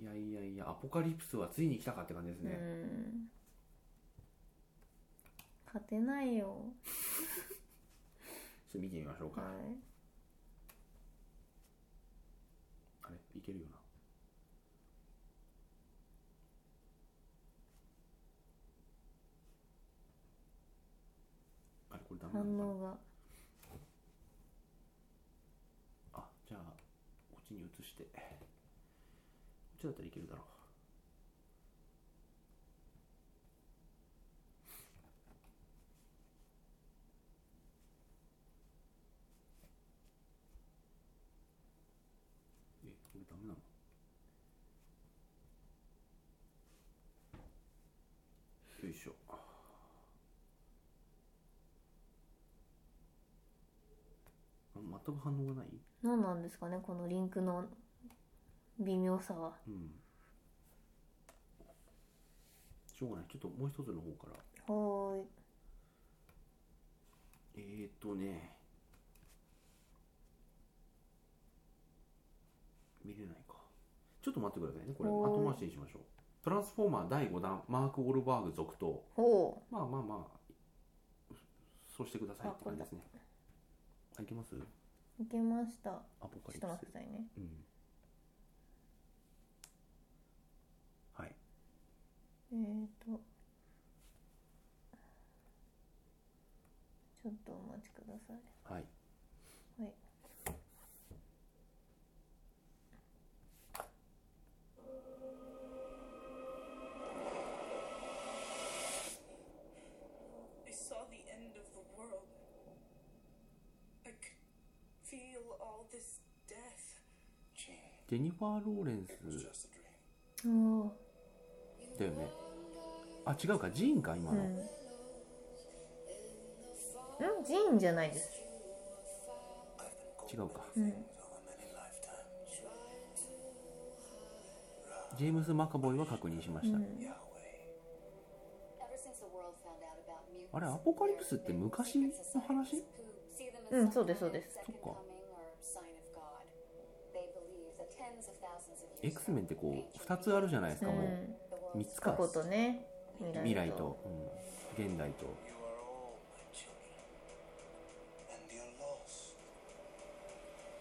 [SPEAKER 2] やいやいやアポカリプスはついに来たかって感じです
[SPEAKER 1] う
[SPEAKER 2] ね、
[SPEAKER 1] ん勝てない
[SPEAKER 2] ちょ
[SPEAKER 1] よ
[SPEAKER 2] っと見てみましょうか、
[SPEAKER 1] はい
[SPEAKER 2] あれいけるよなあれこれダメな
[SPEAKER 1] 反
[SPEAKER 2] のかな
[SPEAKER 1] 応が
[SPEAKER 2] あじゃあこっちに移してこっちだったらいけるだろうえこれダメなのよいしょあ全く反応がない
[SPEAKER 1] 何なんですかねこのリンクの微妙さは
[SPEAKER 2] うんしょうがないちょっともう一つの方から
[SPEAKER 1] はーい
[SPEAKER 2] えー、っとね見れないかちょっと待ってくださいねこれ
[SPEAKER 1] はーい
[SPEAKER 2] 後回しにしましょう「トランスフォーマー第5弾マーク・オールバーグ続投
[SPEAKER 1] ほ」
[SPEAKER 2] まあまあまあそうしてくださいって感じですねあいけます
[SPEAKER 1] ういけました
[SPEAKER 2] アポカリプ
[SPEAKER 1] ちょっと待って
[SPEAKER 2] ス
[SPEAKER 1] くださいね
[SPEAKER 2] うんはい
[SPEAKER 1] えーとちょっとお待ちください
[SPEAKER 2] はい
[SPEAKER 1] はい
[SPEAKER 3] I saw the end of the world. I could feel all this death.
[SPEAKER 4] Jean,
[SPEAKER 2] ジェニファー・ローレンス
[SPEAKER 4] it was just a dream.
[SPEAKER 1] お
[SPEAKER 2] だよねあ違うかジーンか今の、
[SPEAKER 1] うんうんジーンじゃないです、
[SPEAKER 4] I've been
[SPEAKER 2] 違うか
[SPEAKER 4] things over many lifetimes.
[SPEAKER 2] ジェームズ・マカボイは確認しました、
[SPEAKER 1] うん、
[SPEAKER 4] Yahweh.
[SPEAKER 5] Ever since the world found out about mutants,
[SPEAKER 2] あれアポカリプスって昔の話
[SPEAKER 5] See them as
[SPEAKER 1] うん
[SPEAKER 5] some
[SPEAKER 1] そうです、そうです。
[SPEAKER 5] kind of second
[SPEAKER 2] そっか。
[SPEAKER 5] coming or sign of God. They believe that tens of thousands of years
[SPEAKER 2] X-Men ってこう
[SPEAKER 5] ancient
[SPEAKER 2] 二つあるじゃないですか
[SPEAKER 1] う、
[SPEAKER 2] もうん
[SPEAKER 5] the world's
[SPEAKER 2] 三つ
[SPEAKER 1] 過
[SPEAKER 2] か
[SPEAKER 1] 去とね
[SPEAKER 2] 未
[SPEAKER 1] 未
[SPEAKER 2] 来
[SPEAKER 1] 来
[SPEAKER 2] と
[SPEAKER 1] と、
[SPEAKER 2] うん、現代と
[SPEAKER 4] You are all my children. And you're lost.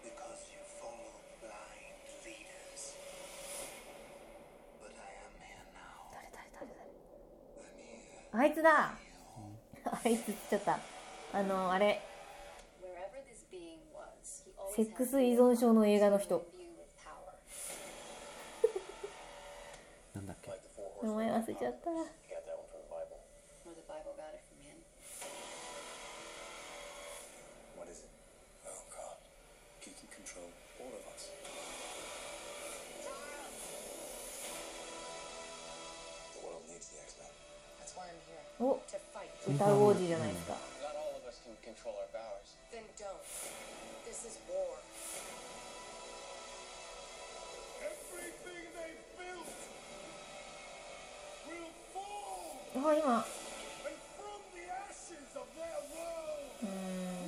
[SPEAKER 4] Because you follow blind leaders. But I am here now.
[SPEAKER 1] 誰誰誰誰
[SPEAKER 4] I'm here.
[SPEAKER 1] あいつだあいつっちゃったあのあれ
[SPEAKER 5] Wherever this being was, he
[SPEAKER 1] セ
[SPEAKER 5] always
[SPEAKER 1] ック
[SPEAKER 5] had
[SPEAKER 1] ス依存症の映画の人
[SPEAKER 5] a view of power.
[SPEAKER 2] なんだっけ
[SPEAKER 4] Like the four
[SPEAKER 1] 名
[SPEAKER 4] horsemen.
[SPEAKER 1] 前忘れちゃった
[SPEAKER 4] You got that one from the Bible.
[SPEAKER 5] Or the Bible got it from him.
[SPEAKER 4] What is it? Oh, God. He can control all of us. The world needs the X-Men.
[SPEAKER 5] That's why I'm here.
[SPEAKER 1] お
[SPEAKER 5] To fight.
[SPEAKER 1] 歌う王子じゃないですか
[SPEAKER 4] Not all of us can control our powers.
[SPEAKER 5] Then don't. This is war.
[SPEAKER 4] Everything they built will fall,
[SPEAKER 1] あ今
[SPEAKER 4] and from the ashes of their world,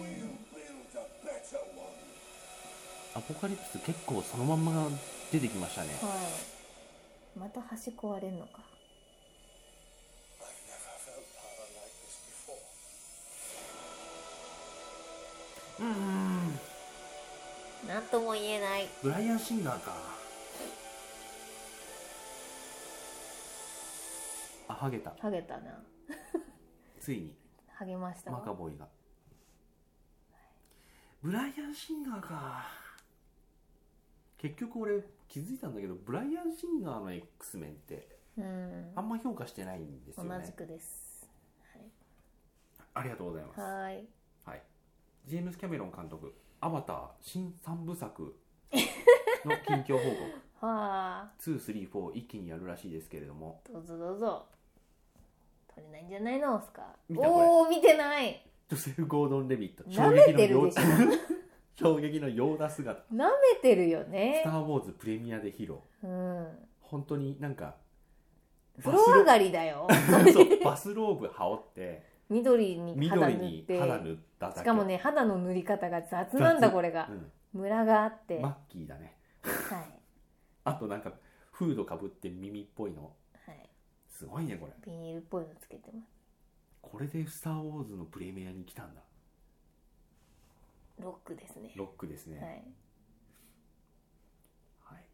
[SPEAKER 4] we'll build a better one.
[SPEAKER 2] アポカリプス結構そのまんまが出てきましたね
[SPEAKER 1] はいまた端壊れんのか
[SPEAKER 4] I've never felt power like this before.
[SPEAKER 1] なんとも言えない
[SPEAKER 2] ブライアン・シンガーかあハゲた
[SPEAKER 1] ハゲたな
[SPEAKER 2] ついに
[SPEAKER 1] ハゲました
[SPEAKER 2] マカ
[SPEAKER 1] わ
[SPEAKER 2] ボイがブライアン・シンガーか結局俺気づいたんだけどブライアン・シンガーの X メンって
[SPEAKER 1] うん
[SPEAKER 2] あんま評価してないんですよ
[SPEAKER 1] 同じ
[SPEAKER 2] ね
[SPEAKER 1] くです
[SPEAKER 2] ありがとうございます
[SPEAKER 1] はーい
[SPEAKER 2] はい、ジェームス・キャメロン監督「アバター」新3部作の近況報告
[SPEAKER 1] はあ
[SPEAKER 2] 234一気にやるらしいですけれども
[SPEAKER 1] どうぞどうぞ取れないんじゃないのすか
[SPEAKER 2] 見たこれ
[SPEAKER 1] おお見てない
[SPEAKER 2] ジョセフ・ゴードン・レビット
[SPEAKER 1] 舐めてるでしょ
[SPEAKER 2] 衝撃のヨーダ姿
[SPEAKER 1] 舐めてる
[SPEAKER 2] 「
[SPEAKER 1] よ
[SPEAKER 2] ス
[SPEAKER 1] ね
[SPEAKER 2] ター・ウォーズ」プレミアで披露
[SPEAKER 1] うん
[SPEAKER 2] 本当になんか
[SPEAKER 1] 風呂上がり だよ
[SPEAKER 2] バスローそうバスローブ羽織って
[SPEAKER 1] 緑に肌
[SPEAKER 2] 緑
[SPEAKER 1] 塗っ
[SPEAKER 2] に
[SPEAKER 1] て
[SPEAKER 2] 肌塗っただけ
[SPEAKER 1] しかもね肌の塗り方が雑なんだ
[SPEAKER 2] 雑
[SPEAKER 1] これが
[SPEAKER 2] う
[SPEAKER 1] ムラがあって、
[SPEAKER 2] ん、マッキーだね
[SPEAKER 1] はい
[SPEAKER 2] あとなんかフードかぶって耳っぽいの
[SPEAKER 1] はい
[SPEAKER 2] すごいねこれ
[SPEAKER 1] ビニールっぽいのつけてます
[SPEAKER 2] これで「スター・ウォーズ」のプレミアに来たんだ
[SPEAKER 1] ロックですね
[SPEAKER 2] ロックですね、
[SPEAKER 1] はい
[SPEAKER 2] はい、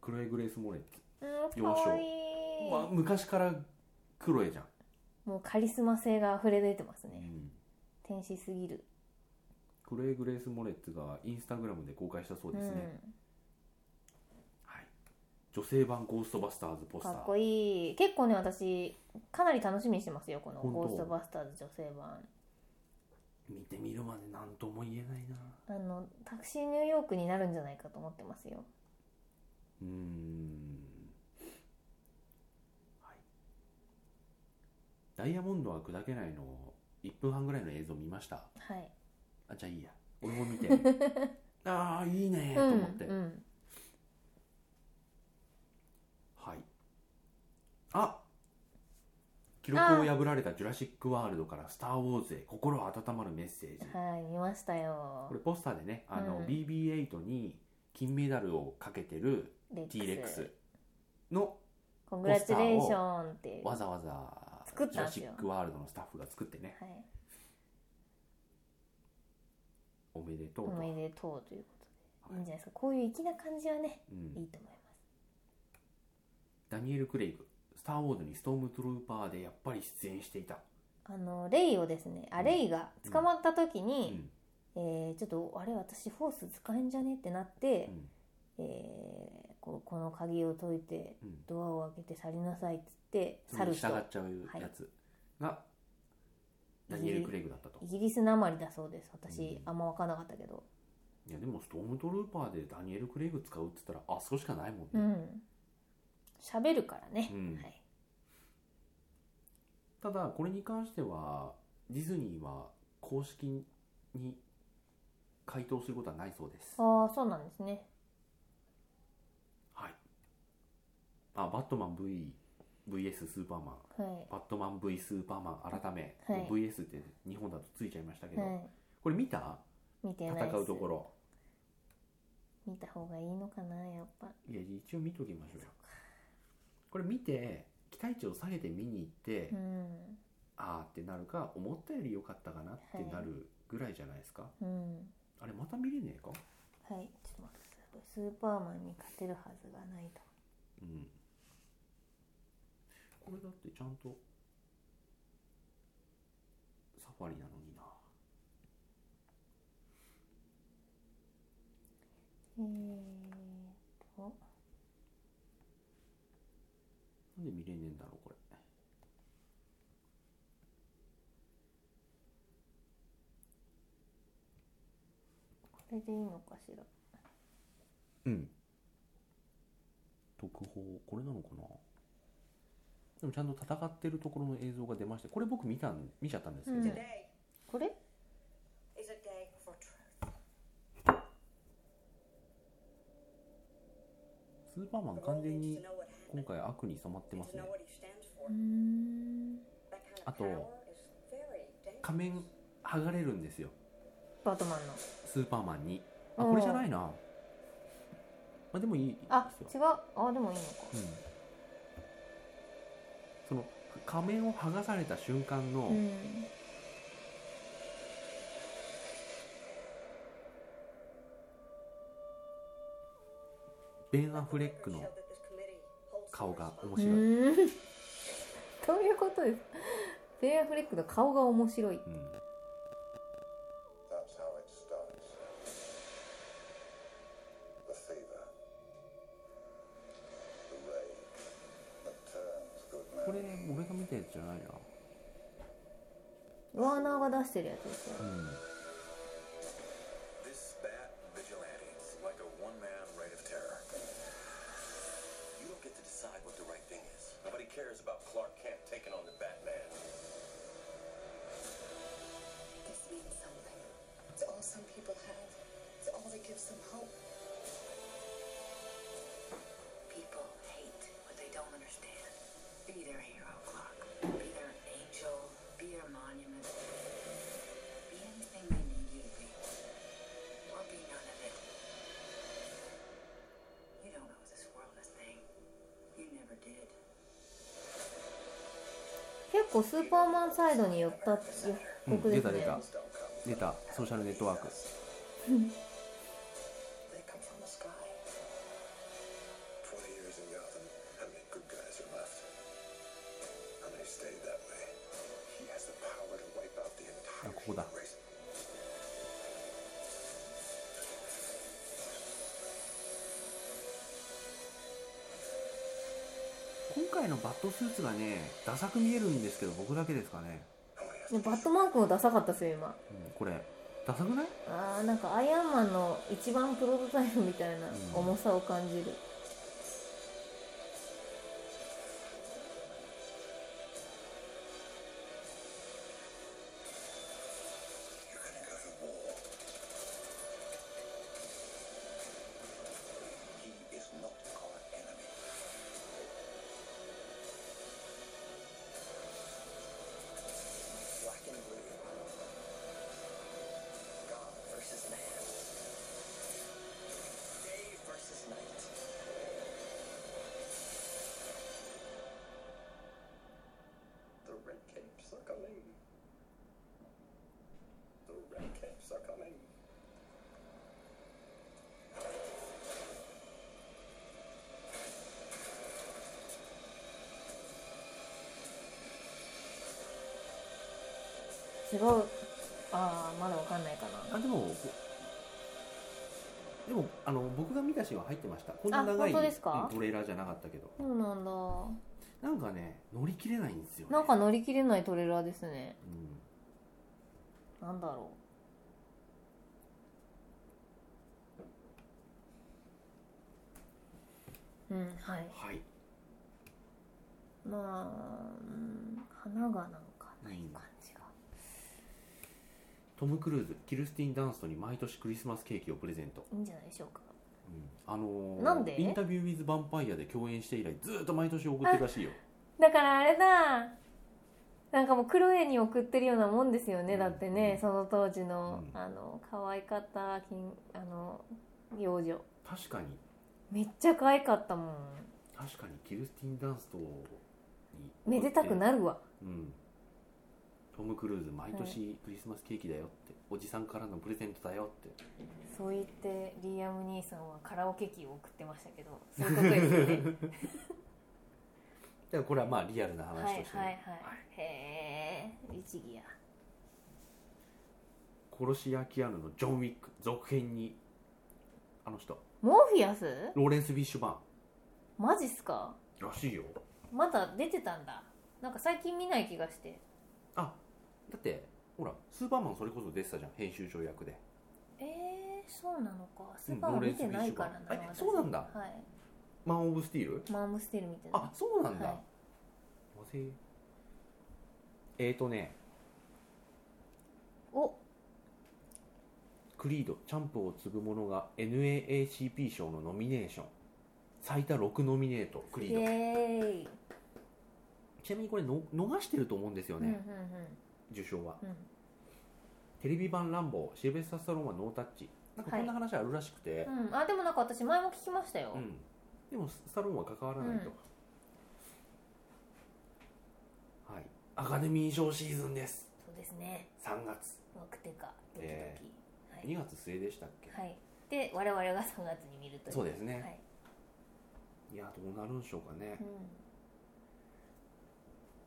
[SPEAKER 2] クロエ・グレース・モレッツ、
[SPEAKER 1] うんか
[SPEAKER 2] 幼少
[SPEAKER 1] わいい
[SPEAKER 2] まあ、昔からクロエじゃん、
[SPEAKER 1] もうカリスマ性が溢れ出てます
[SPEAKER 2] う
[SPEAKER 1] ね
[SPEAKER 2] ん、
[SPEAKER 1] 天使すぎる
[SPEAKER 2] クロエ・グレース・モレッツがインスタグラムで公開したそうですね、はい、女性版ゴーストバスターズポ
[SPEAKER 1] う
[SPEAKER 2] ス
[SPEAKER 1] ん
[SPEAKER 2] タ
[SPEAKER 1] か
[SPEAKER 2] ー
[SPEAKER 1] っこいい結構ね私かなり楽しみにしてますよこの「
[SPEAKER 2] 本当
[SPEAKER 1] ゴーストバスターズ女性版」
[SPEAKER 2] 見てみるまで何とも言えないな
[SPEAKER 1] あのタクシーニューヨークになるんじゃないかと思ってますよ
[SPEAKER 2] うーん、はい、ダイヤモンドは砕けないの1分半ぐらいの映像見ました
[SPEAKER 1] はい
[SPEAKER 2] あじゃあいいや俺も見 てああいいねと
[SPEAKER 1] うん
[SPEAKER 2] 思って、
[SPEAKER 1] うん
[SPEAKER 2] はい。あ記録を破られたジュラシック・ワールドからスター・ウォーズへ心温まるメッセージ。
[SPEAKER 1] はい見ました
[SPEAKER 2] こ
[SPEAKER 1] よ
[SPEAKER 2] れポスターでね、あの、
[SPEAKER 1] うん
[SPEAKER 2] BB8 に金メダルをかけてる
[SPEAKER 1] レッ
[SPEAKER 2] T レックスの
[SPEAKER 1] コングラチュレーションっていう
[SPEAKER 2] わざわざ
[SPEAKER 1] 作っ
[SPEAKER 2] ジュ
[SPEAKER 1] た
[SPEAKER 2] ラ
[SPEAKER 1] んです
[SPEAKER 2] シ
[SPEAKER 1] よ
[SPEAKER 2] ック・ワールドのスタッフが作ってね、
[SPEAKER 1] はい、
[SPEAKER 2] おめでとう
[SPEAKER 1] お
[SPEAKER 2] と。
[SPEAKER 1] めでとうということで、
[SPEAKER 2] はい
[SPEAKER 1] い、いんじゃないですかこういう粋な感じはね
[SPEAKER 2] う
[SPEAKER 1] い
[SPEAKER 2] ん
[SPEAKER 1] い、と思います
[SPEAKER 2] ダニエル・クレイグ、スター・ウォーズにストームトルーパーでやっぱり出演していた。
[SPEAKER 1] あのレイをですねあ
[SPEAKER 2] うん
[SPEAKER 1] レイが捕まった時
[SPEAKER 2] う
[SPEAKER 1] に、
[SPEAKER 2] ん、
[SPEAKER 1] えーちょっとあれ私フォース使えんじゃねってなっ
[SPEAKER 2] う
[SPEAKER 1] て、
[SPEAKER 2] ん、
[SPEAKER 1] えーここの鍵を解いて
[SPEAKER 2] うん。
[SPEAKER 1] ドアを開けて去りなさいっつって
[SPEAKER 2] そ
[SPEAKER 1] 去
[SPEAKER 2] れ
[SPEAKER 1] る
[SPEAKER 2] に従
[SPEAKER 1] 人
[SPEAKER 2] っちゃうやつが、ダニエル・クレイグだったと
[SPEAKER 1] イ。ギリスなまりだそうです私、
[SPEAKER 2] うん
[SPEAKER 1] あんま分かんなかったけど
[SPEAKER 2] いやでもストームトルーパーでダニエル・クレイグ使うって言ったらあそこしかないもん
[SPEAKER 1] う
[SPEAKER 2] ね、
[SPEAKER 1] ん喋るからね、
[SPEAKER 2] うん
[SPEAKER 1] はい、
[SPEAKER 2] ただこれに関してはディズニーは公式に回答することはないそうです
[SPEAKER 1] ああそうなんですね
[SPEAKER 2] はいあバットマン V VS スーパーマン
[SPEAKER 1] はい
[SPEAKER 2] バットマン V スーパーマン改め、
[SPEAKER 1] はい
[SPEAKER 2] VS って日本だとついちゃいましたけど、
[SPEAKER 1] はい
[SPEAKER 2] これ見た
[SPEAKER 1] 見てない
[SPEAKER 2] 戦
[SPEAKER 1] です
[SPEAKER 2] うところ
[SPEAKER 1] 見た方がいいのかなやっぱ
[SPEAKER 2] いや一応見ときましょうよこれ見て期待値を下げて見に行って、
[SPEAKER 1] うん
[SPEAKER 2] あーってなるか思ったより良かったかなってなるぐらいじゃないですか、
[SPEAKER 1] うん
[SPEAKER 2] あれまた見れねえか
[SPEAKER 1] はいちょっと待ってスーパーマンに勝てるはずがないと
[SPEAKER 2] うんこれだってちゃんとサファリなのにな
[SPEAKER 1] えーっと
[SPEAKER 2] なんで見れねえんだろうこれ
[SPEAKER 1] これでいいのかしら
[SPEAKER 2] うん特報これなのかなでもちゃんと戦ってるところの映像が出ましてこれ僕見たん見ちゃったんですけど、
[SPEAKER 1] うん
[SPEAKER 3] Today
[SPEAKER 1] これ
[SPEAKER 3] is a day for truth.
[SPEAKER 2] スーパーマン
[SPEAKER 3] The
[SPEAKER 2] 完
[SPEAKER 3] world
[SPEAKER 2] 全
[SPEAKER 3] needs
[SPEAKER 2] に
[SPEAKER 3] to know what
[SPEAKER 2] 今
[SPEAKER 3] happened
[SPEAKER 2] 回悪に染まってま
[SPEAKER 3] and
[SPEAKER 2] す
[SPEAKER 3] to
[SPEAKER 2] ね
[SPEAKER 3] know what he stands for.
[SPEAKER 1] うーん
[SPEAKER 3] That kind of
[SPEAKER 2] あと、
[SPEAKER 3] power is very dangerous.
[SPEAKER 2] 仮面剥がれるんですよ
[SPEAKER 1] バットマンの
[SPEAKER 2] スーパーマンにあ
[SPEAKER 1] うん
[SPEAKER 2] これじゃないなまあでもいい
[SPEAKER 1] あ
[SPEAKER 2] ですよ
[SPEAKER 1] 違うあでもいいのか
[SPEAKER 2] うん、その仮面を剥がされた瞬間の、
[SPEAKER 1] うん
[SPEAKER 2] ベン・アフレックの
[SPEAKER 3] Show that this committee holds the
[SPEAKER 2] 顔が
[SPEAKER 3] responsibility
[SPEAKER 2] 面
[SPEAKER 1] う
[SPEAKER 2] 白い、
[SPEAKER 1] ーんどういうことですかベンアフレックの顔が面白
[SPEAKER 2] うん、
[SPEAKER 1] い
[SPEAKER 4] That's how it starts. The fever. The rage that turns good
[SPEAKER 2] こ
[SPEAKER 4] men.
[SPEAKER 2] れ俺が見たやつじゃないな
[SPEAKER 1] ワーナーが出してるやつですよ
[SPEAKER 2] うん
[SPEAKER 4] This bat vigilante is like a one-man reign of terror. You don't get to decide what the right thing is. Nobody cares about Clark Kent taking on the Batman.
[SPEAKER 5] This means something. It's all some people have. It's all that gives them hope. People hate what they don't understand. Be their hero, Clark. Be their angel. Be their monument. Be anything they need you to be. Or be none of it. You don't know this world a thing. You never did.
[SPEAKER 1] 結構スーパーマンサイドに寄ったって
[SPEAKER 2] う
[SPEAKER 1] 予
[SPEAKER 2] ん
[SPEAKER 1] 告で
[SPEAKER 2] 出
[SPEAKER 1] す
[SPEAKER 2] た出
[SPEAKER 1] ね
[SPEAKER 2] た出たソーシャルネットワーク
[SPEAKER 5] They come from the sky.
[SPEAKER 4] 20 years in Gotham, how many good guys are left? How many stayed that way? He has the power to wipe out the
[SPEAKER 2] Ah,
[SPEAKER 4] entire
[SPEAKER 2] Koda.
[SPEAKER 4] human race.
[SPEAKER 2] 今回のバットスーツがねダサく見えるんですけど僕だけですかね、
[SPEAKER 4] Only has
[SPEAKER 1] ねバットマン君もダサかったですよ今
[SPEAKER 2] うん、これダサくない
[SPEAKER 1] あーなんかアイアンマンの一番プロトタイプみたいな重さを感じる、
[SPEAKER 4] You're gonna go to war. He is not our enemy. Black and blue. God versus man. Day versus night.
[SPEAKER 1] 違うああまだわかんないかな
[SPEAKER 2] あでもでもあの僕が見たシーンは入ってましたこんな
[SPEAKER 1] あ
[SPEAKER 2] 長い
[SPEAKER 1] 本当ですか
[SPEAKER 2] うんトレーラーじゃなかったけど
[SPEAKER 1] そうなんだ
[SPEAKER 2] なんかね乗り切れないんですよ、ね、
[SPEAKER 1] なんか乗り切れないトレーラーですね
[SPEAKER 2] うん
[SPEAKER 1] なんだろううんはい
[SPEAKER 2] はい
[SPEAKER 1] まあ、うん、花がなんかない
[SPEAKER 2] うん
[SPEAKER 1] 感じが、
[SPEAKER 2] トム・クルーズキルスティン・ダンストに毎年クリスマスケーキをプレゼント、
[SPEAKER 1] いいんじゃないでしょうか
[SPEAKER 2] うんあのー
[SPEAKER 1] なんで
[SPEAKER 2] インタビュー・ウィズ・ヴァンパイアで共演して以来ずっと毎年送ってるらしいよ
[SPEAKER 1] だからあれだなんかもうクロエに送ってるようなもんですよね、
[SPEAKER 2] うん
[SPEAKER 1] だってねその当時の、
[SPEAKER 2] うん
[SPEAKER 1] あの可愛かった金あの幼女
[SPEAKER 2] 確かに
[SPEAKER 1] めっちゃ可愛かったもん
[SPEAKER 2] 確かにキルスティン・ダンストに
[SPEAKER 1] めでたくなるわ
[SPEAKER 2] うんトム・クルーズ毎年クリスマスケーキだよって、おじさんからのプレゼントだよって
[SPEAKER 1] そう言ってリアム兄さんはカラオケ機を送ってましたけ どそういうことですよね
[SPEAKER 2] でもこれはまあリアルな
[SPEAKER 1] はいは
[SPEAKER 2] 話
[SPEAKER 1] い
[SPEAKER 2] としてね、
[SPEAKER 1] はいへえ律儀や
[SPEAKER 2] 殺し屋キアヌのジョン・ウィック続編にあの人
[SPEAKER 1] モーフィアス
[SPEAKER 2] ローレンス・フィッシュバ
[SPEAKER 1] マジっすか
[SPEAKER 2] ーンらしいよ
[SPEAKER 1] まだ出てたんだなんか最近見ない気がして
[SPEAKER 2] あだってほらスーパーマンそれこそ出てたじゃん編集長役で
[SPEAKER 1] えー、そうなのかスーパーは見てないから
[SPEAKER 2] うんローレンスフィッシュバ
[SPEAKER 1] な、
[SPEAKER 2] ーンえそうなんだ
[SPEAKER 1] はい
[SPEAKER 2] マン・オブ・スティール
[SPEAKER 1] マームステル見てない
[SPEAKER 2] あそうなんだ、
[SPEAKER 1] はい
[SPEAKER 2] なぜえーとね
[SPEAKER 1] お
[SPEAKER 2] クリードチャンプを継ぐ者が NAACP 賞のノミネーション最多6ノミネートクリー
[SPEAKER 1] イ
[SPEAKER 2] ド
[SPEAKER 1] エーイ、
[SPEAKER 2] ちなみにこれの逃してると思うんですよ
[SPEAKER 1] うんうん
[SPEAKER 2] ね、受賞は
[SPEAKER 1] うんうん
[SPEAKER 2] テレビ版「ランボー」シルベスター・スタローンはノータッチなんかこんな話あるらしくて、
[SPEAKER 1] うん、あでもなんか私前も聞きましたよ、
[SPEAKER 2] うん、でもスタローンは関わらないと、はいアカデミー賞シーズンです
[SPEAKER 1] そうですね
[SPEAKER 2] 3月
[SPEAKER 1] ワクテカドキドキ、
[SPEAKER 2] え2
[SPEAKER 1] は
[SPEAKER 2] 月末でしたっけ、
[SPEAKER 1] い、はい、で我々が3月に見るという
[SPEAKER 2] そうですね
[SPEAKER 1] はい
[SPEAKER 2] い、やどうなるんでしょうかね、
[SPEAKER 1] う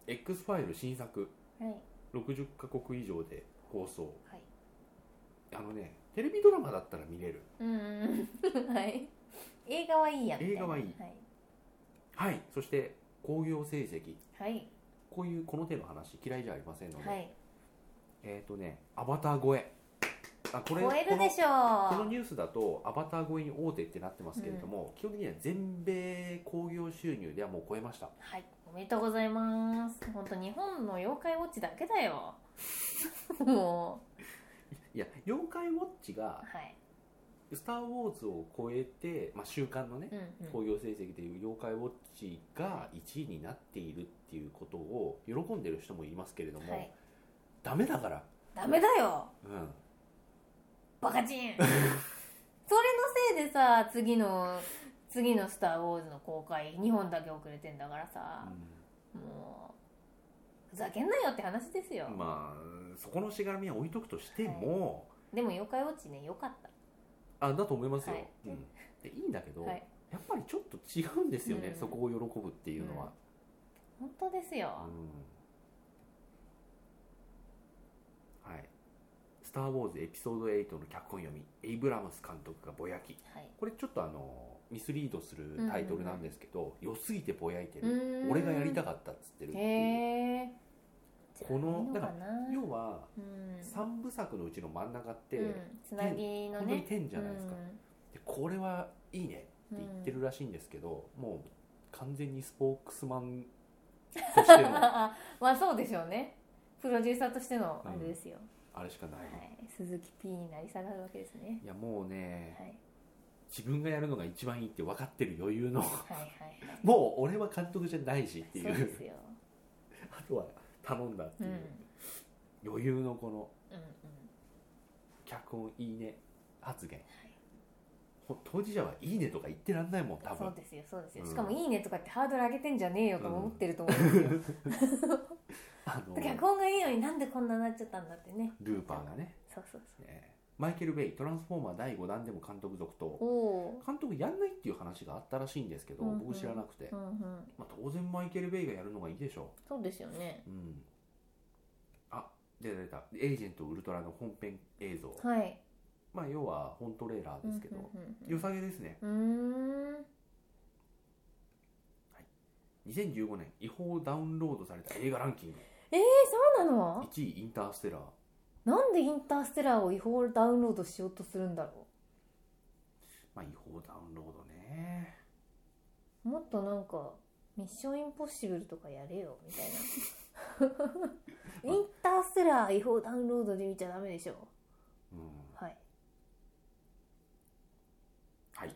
[SPEAKER 2] X ファイル新作
[SPEAKER 1] ん、はい
[SPEAKER 2] 60カ国以上で放送
[SPEAKER 1] はい
[SPEAKER 2] あのねテレビドラマだったら見れる
[SPEAKER 1] うんうんはい映画はいいやみた
[SPEAKER 2] 映画はいい
[SPEAKER 1] はい、
[SPEAKER 2] はいそして興行成績
[SPEAKER 1] はい
[SPEAKER 2] こういうこの手の話嫌いじゃありませんので、
[SPEAKER 1] はい、
[SPEAKER 2] えっ、とねアバター超えあこ
[SPEAKER 1] 超えるでし
[SPEAKER 2] こ
[SPEAKER 1] ょう
[SPEAKER 2] のこのニュースだとアバター超えに大手ってなってますけれども、基本的には全米興行収入ではもう超えました
[SPEAKER 1] はいおめでとうございます本当日本の妖怪ウォッチだけだよも
[SPEAKER 2] いや妖怪ウォッチ
[SPEAKER 1] う
[SPEAKER 2] が
[SPEAKER 1] はい
[SPEAKER 2] 「スター・ウォーズ」を超えて、まあ、週間のね
[SPEAKER 1] うんうん
[SPEAKER 2] 興行成績でいう妖怪ウォッチが1位になっているっていうことを喜んでる人もいますけれども、
[SPEAKER 1] はい
[SPEAKER 2] ダメだから、
[SPEAKER 1] ダメだよ
[SPEAKER 2] うん、
[SPEAKER 1] バカチンそれのせいでさ次の次の「スター・ウォーズ」の公開日本だけ遅れてんだからさ、もうふざけんなよって話ですよ、
[SPEAKER 2] まあそこのしがらみは置いとくとしても、
[SPEAKER 1] でも妖怪ウォッチねよかった
[SPEAKER 2] あだと思いますよ、
[SPEAKER 1] はい
[SPEAKER 2] うん、でいいんだけど、
[SPEAKER 1] はい
[SPEAKER 2] やっぱりちょっと違うんですよね、
[SPEAKER 1] うん
[SPEAKER 2] そこを喜ぶっていうのは、
[SPEAKER 1] 本当ですよ、
[SPEAKER 2] うんはい「スター・ウォーズ」エピソード8の脚本読みエイブラムス監督がぼやき
[SPEAKER 1] はい
[SPEAKER 2] これちょっとあのミスリードするタイトルなんですけど、良すぎてぼやいて
[SPEAKER 1] う
[SPEAKER 2] る、
[SPEAKER 1] ーん
[SPEAKER 2] 俺がやりたかったっつってるっていう
[SPEAKER 1] へえ
[SPEAKER 2] この
[SPEAKER 1] いいのかな
[SPEAKER 2] 要は
[SPEAKER 1] うん
[SPEAKER 2] 3部作のうちの真ん中って、
[SPEAKER 1] うんつなぎの
[SPEAKER 2] 本当に
[SPEAKER 1] ね
[SPEAKER 2] 天じゃないですか、でこれはいいね
[SPEAKER 1] う
[SPEAKER 2] っ
[SPEAKER 1] ん
[SPEAKER 2] て言ってるらしいんですけど、もう完全にスポークスマンとして
[SPEAKER 1] うん
[SPEAKER 2] の
[SPEAKER 1] まあそうでしょうねプロデューサーとしてのあれですよ、
[SPEAKER 2] あれしかない、、
[SPEAKER 1] はいい、鈴木 P になり下がるわけですね
[SPEAKER 2] やもうね
[SPEAKER 1] はい
[SPEAKER 2] 自分がやるのが一番いいって分かってる余裕の
[SPEAKER 1] はいはいはい
[SPEAKER 2] もう俺は監督じゃないしってい
[SPEAKER 1] そう
[SPEAKER 2] う
[SPEAKER 1] ですよ、
[SPEAKER 2] あとは頼んだってい
[SPEAKER 1] うん、
[SPEAKER 2] う
[SPEAKER 1] うんうん、
[SPEAKER 2] 余裕のこの脚本いいね発言、ほ当事者はいいねとか言ってらんないもん多
[SPEAKER 1] そ
[SPEAKER 2] 分
[SPEAKER 1] うですよそうですよ、
[SPEAKER 2] うん
[SPEAKER 1] しかも「いいね」とかってハードル上げてんじゃねえよとか思ってると思うんですよ、
[SPEAKER 2] あの
[SPEAKER 1] 脚本がいいのになんでこんななっちゃったんだってね
[SPEAKER 2] ルーパーがね、
[SPEAKER 1] そうそう
[SPEAKER 2] えーマイケル・ベイ「トランスフォーマー」第5弾でも監督続投
[SPEAKER 1] そうお
[SPEAKER 2] 監督やんないっていう話があったらしいんですけど、
[SPEAKER 1] うんうん
[SPEAKER 2] 僕知らなくて、
[SPEAKER 1] おうんうん
[SPEAKER 2] まあ、当然マイケル・ベイがやるのがいいでしょ
[SPEAKER 1] そうですよね
[SPEAKER 2] う、うん、あ出た出た「エージェント・ウルトラ」の本編映像、
[SPEAKER 1] はい
[SPEAKER 2] まあ要は本トレーラーですけど、
[SPEAKER 1] うんうん
[SPEAKER 2] 良さげですね
[SPEAKER 1] うんうーん
[SPEAKER 2] 2015年違法ダウンロードされた映画ランキング
[SPEAKER 1] えー、そうなの
[SPEAKER 2] 1位インターステラー
[SPEAKER 1] なんでインターステラーを違法ダウンロードしようとするんだろ
[SPEAKER 2] まあ違法ダウンロードね
[SPEAKER 1] うもっとなんか「ミッションインポッシブル」とかやれよみたい なインターステラー違法ダウンロードで見ちゃダメでしょ
[SPEAKER 2] うん
[SPEAKER 1] はい
[SPEAKER 2] はい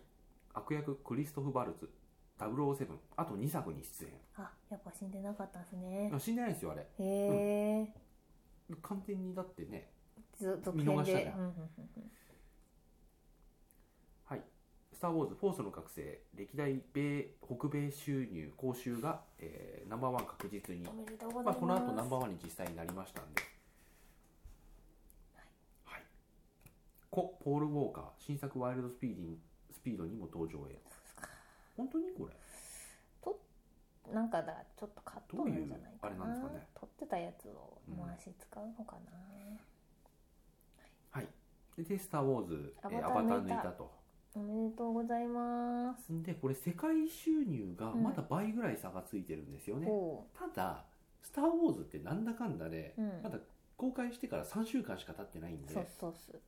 [SPEAKER 2] 悪役クリストフ・バルツ007あと2作に出
[SPEAKER 1] あやっぱ死んでなかったんですね
[SPEAKER 2] 演死んでないですよあれ
[SPEAKER 1] へえ、
[SPEAKER 2] 完全にだってね
[SPEAKER 1] ず続
[SPEAKER 2] 見
[SPEAKER 1] 編
[SPEAKER 2] 逃した
[SPEAKER 1] で
[SPEAKER 2] ね
[SPEAKER 1] うんうんうんうん
[SPEAKER 2] はい「スター・ウォーズフォースの覚醒」歴代米北米収入報酬が、えーナンバーワン確実に
[SPEAKER 1] おめでとうご
[SPEAKER 2] ま
[SPEAKER 1] ざいま
[SPEAKER 2] あ、
[SPEAKER 1] す、
[SPEAKER 2] この後ナンバーワンに実際になりましたんで、はい、故ポール・ウォーカー新作「ワイルドスピーディンスピード」にも登場へ本当にこれ
[SPEAKER 1] なんかだちょっとカットなんじゃないか
[SPEAKER 2] ど
[SPEAKER 1] な
[SPEAKER 2] ういうあれなんですかね
[SPEAKER 1] 撮ってたやつを回し使うのかな、
[SPEAKER 2] はいでで「スター・ウォーズ」えー
[SPEAKER 1] ア
[SPEAKER 2] ア
[SPEAKER 1] バ
[SPEAKER 2] バター
[SPEAKER 1] ター抜
[SPEAKER 2] 抜
[SPEAKER 1] い
[SPEAKER 2] い
[SPEAKER 1] た
[SPEAKER 2] たと
[SPEAKER 1] おめでとうございます
[SPEAKER 2] でこれ世界収入がまだ倍ぐらい差がついてるんですよね、
[SPEAKER 1] おう
[SPEAKER 2] ただ「スター・ウォーズ」ってなんだかんだで、
[SPEAKER 1] うん
[SPEAKER 2] まだ公開してから3週間しか経ってないんで
[SPEAKER 1] そうそうそう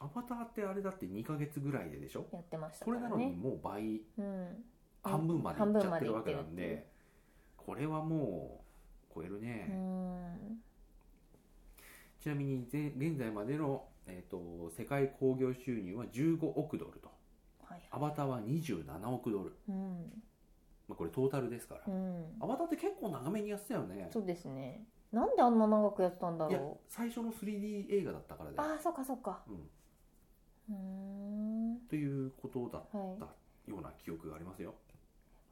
[SPEAKER 2] アバターってあれだって2ヶ月ぐらいででしょ
[SPEAKER 1] やってました
[SPEAKER 2] こ
[SPEAKER 1] か
[SPEAKER 2] れ
[SPEAKER 1] ら
[SPEAKER 2] なのに
[SPEAKER 1] ね
[SPEAKER 2] もう倍
[SPEAKER 1] うん
[SPEAKER 2] 半分までいっちゃってるわけな
[SPEAKER 1] 半分ま
[SPEAKER 2] ん
[SPEAKER 1] でいってるっ
[SPEAKER 2] でこれはもう超えるね、
[SPEAKER 1] うん
[SPEAKER 2] ちなみにぜ現在までの、えー、と世界興行収入は15億ドルと
[SPEAKER 1] はいはい
[SPEAKER 2] アバターは27億ドル、
[SPEAKER 1] うん
[SPEAKER 2] まあ、これトータルですから、
[SPEAKER 1] うん
[SPEAKER 2] アバターって結構長めにやってたよね
[SPEAKER 1] そうですねなんであんな長くやってたんだ
[SPEAKER 2] いや
[SPEAKER 1] ろ
[SPEAKER 2] 最初の 3D 映画だったから
[SPEAKER 1] う
[SPEAKER 2] だよ、
[SPEAKER 1] ああそっかそっか
[SPEAKER 2] うん、
[SPEAKER 1] うーん
[SPEAKER 2] ということだっ
[SPEAKER 1] はい
[SPEAKER 2] たような記憶がありますよ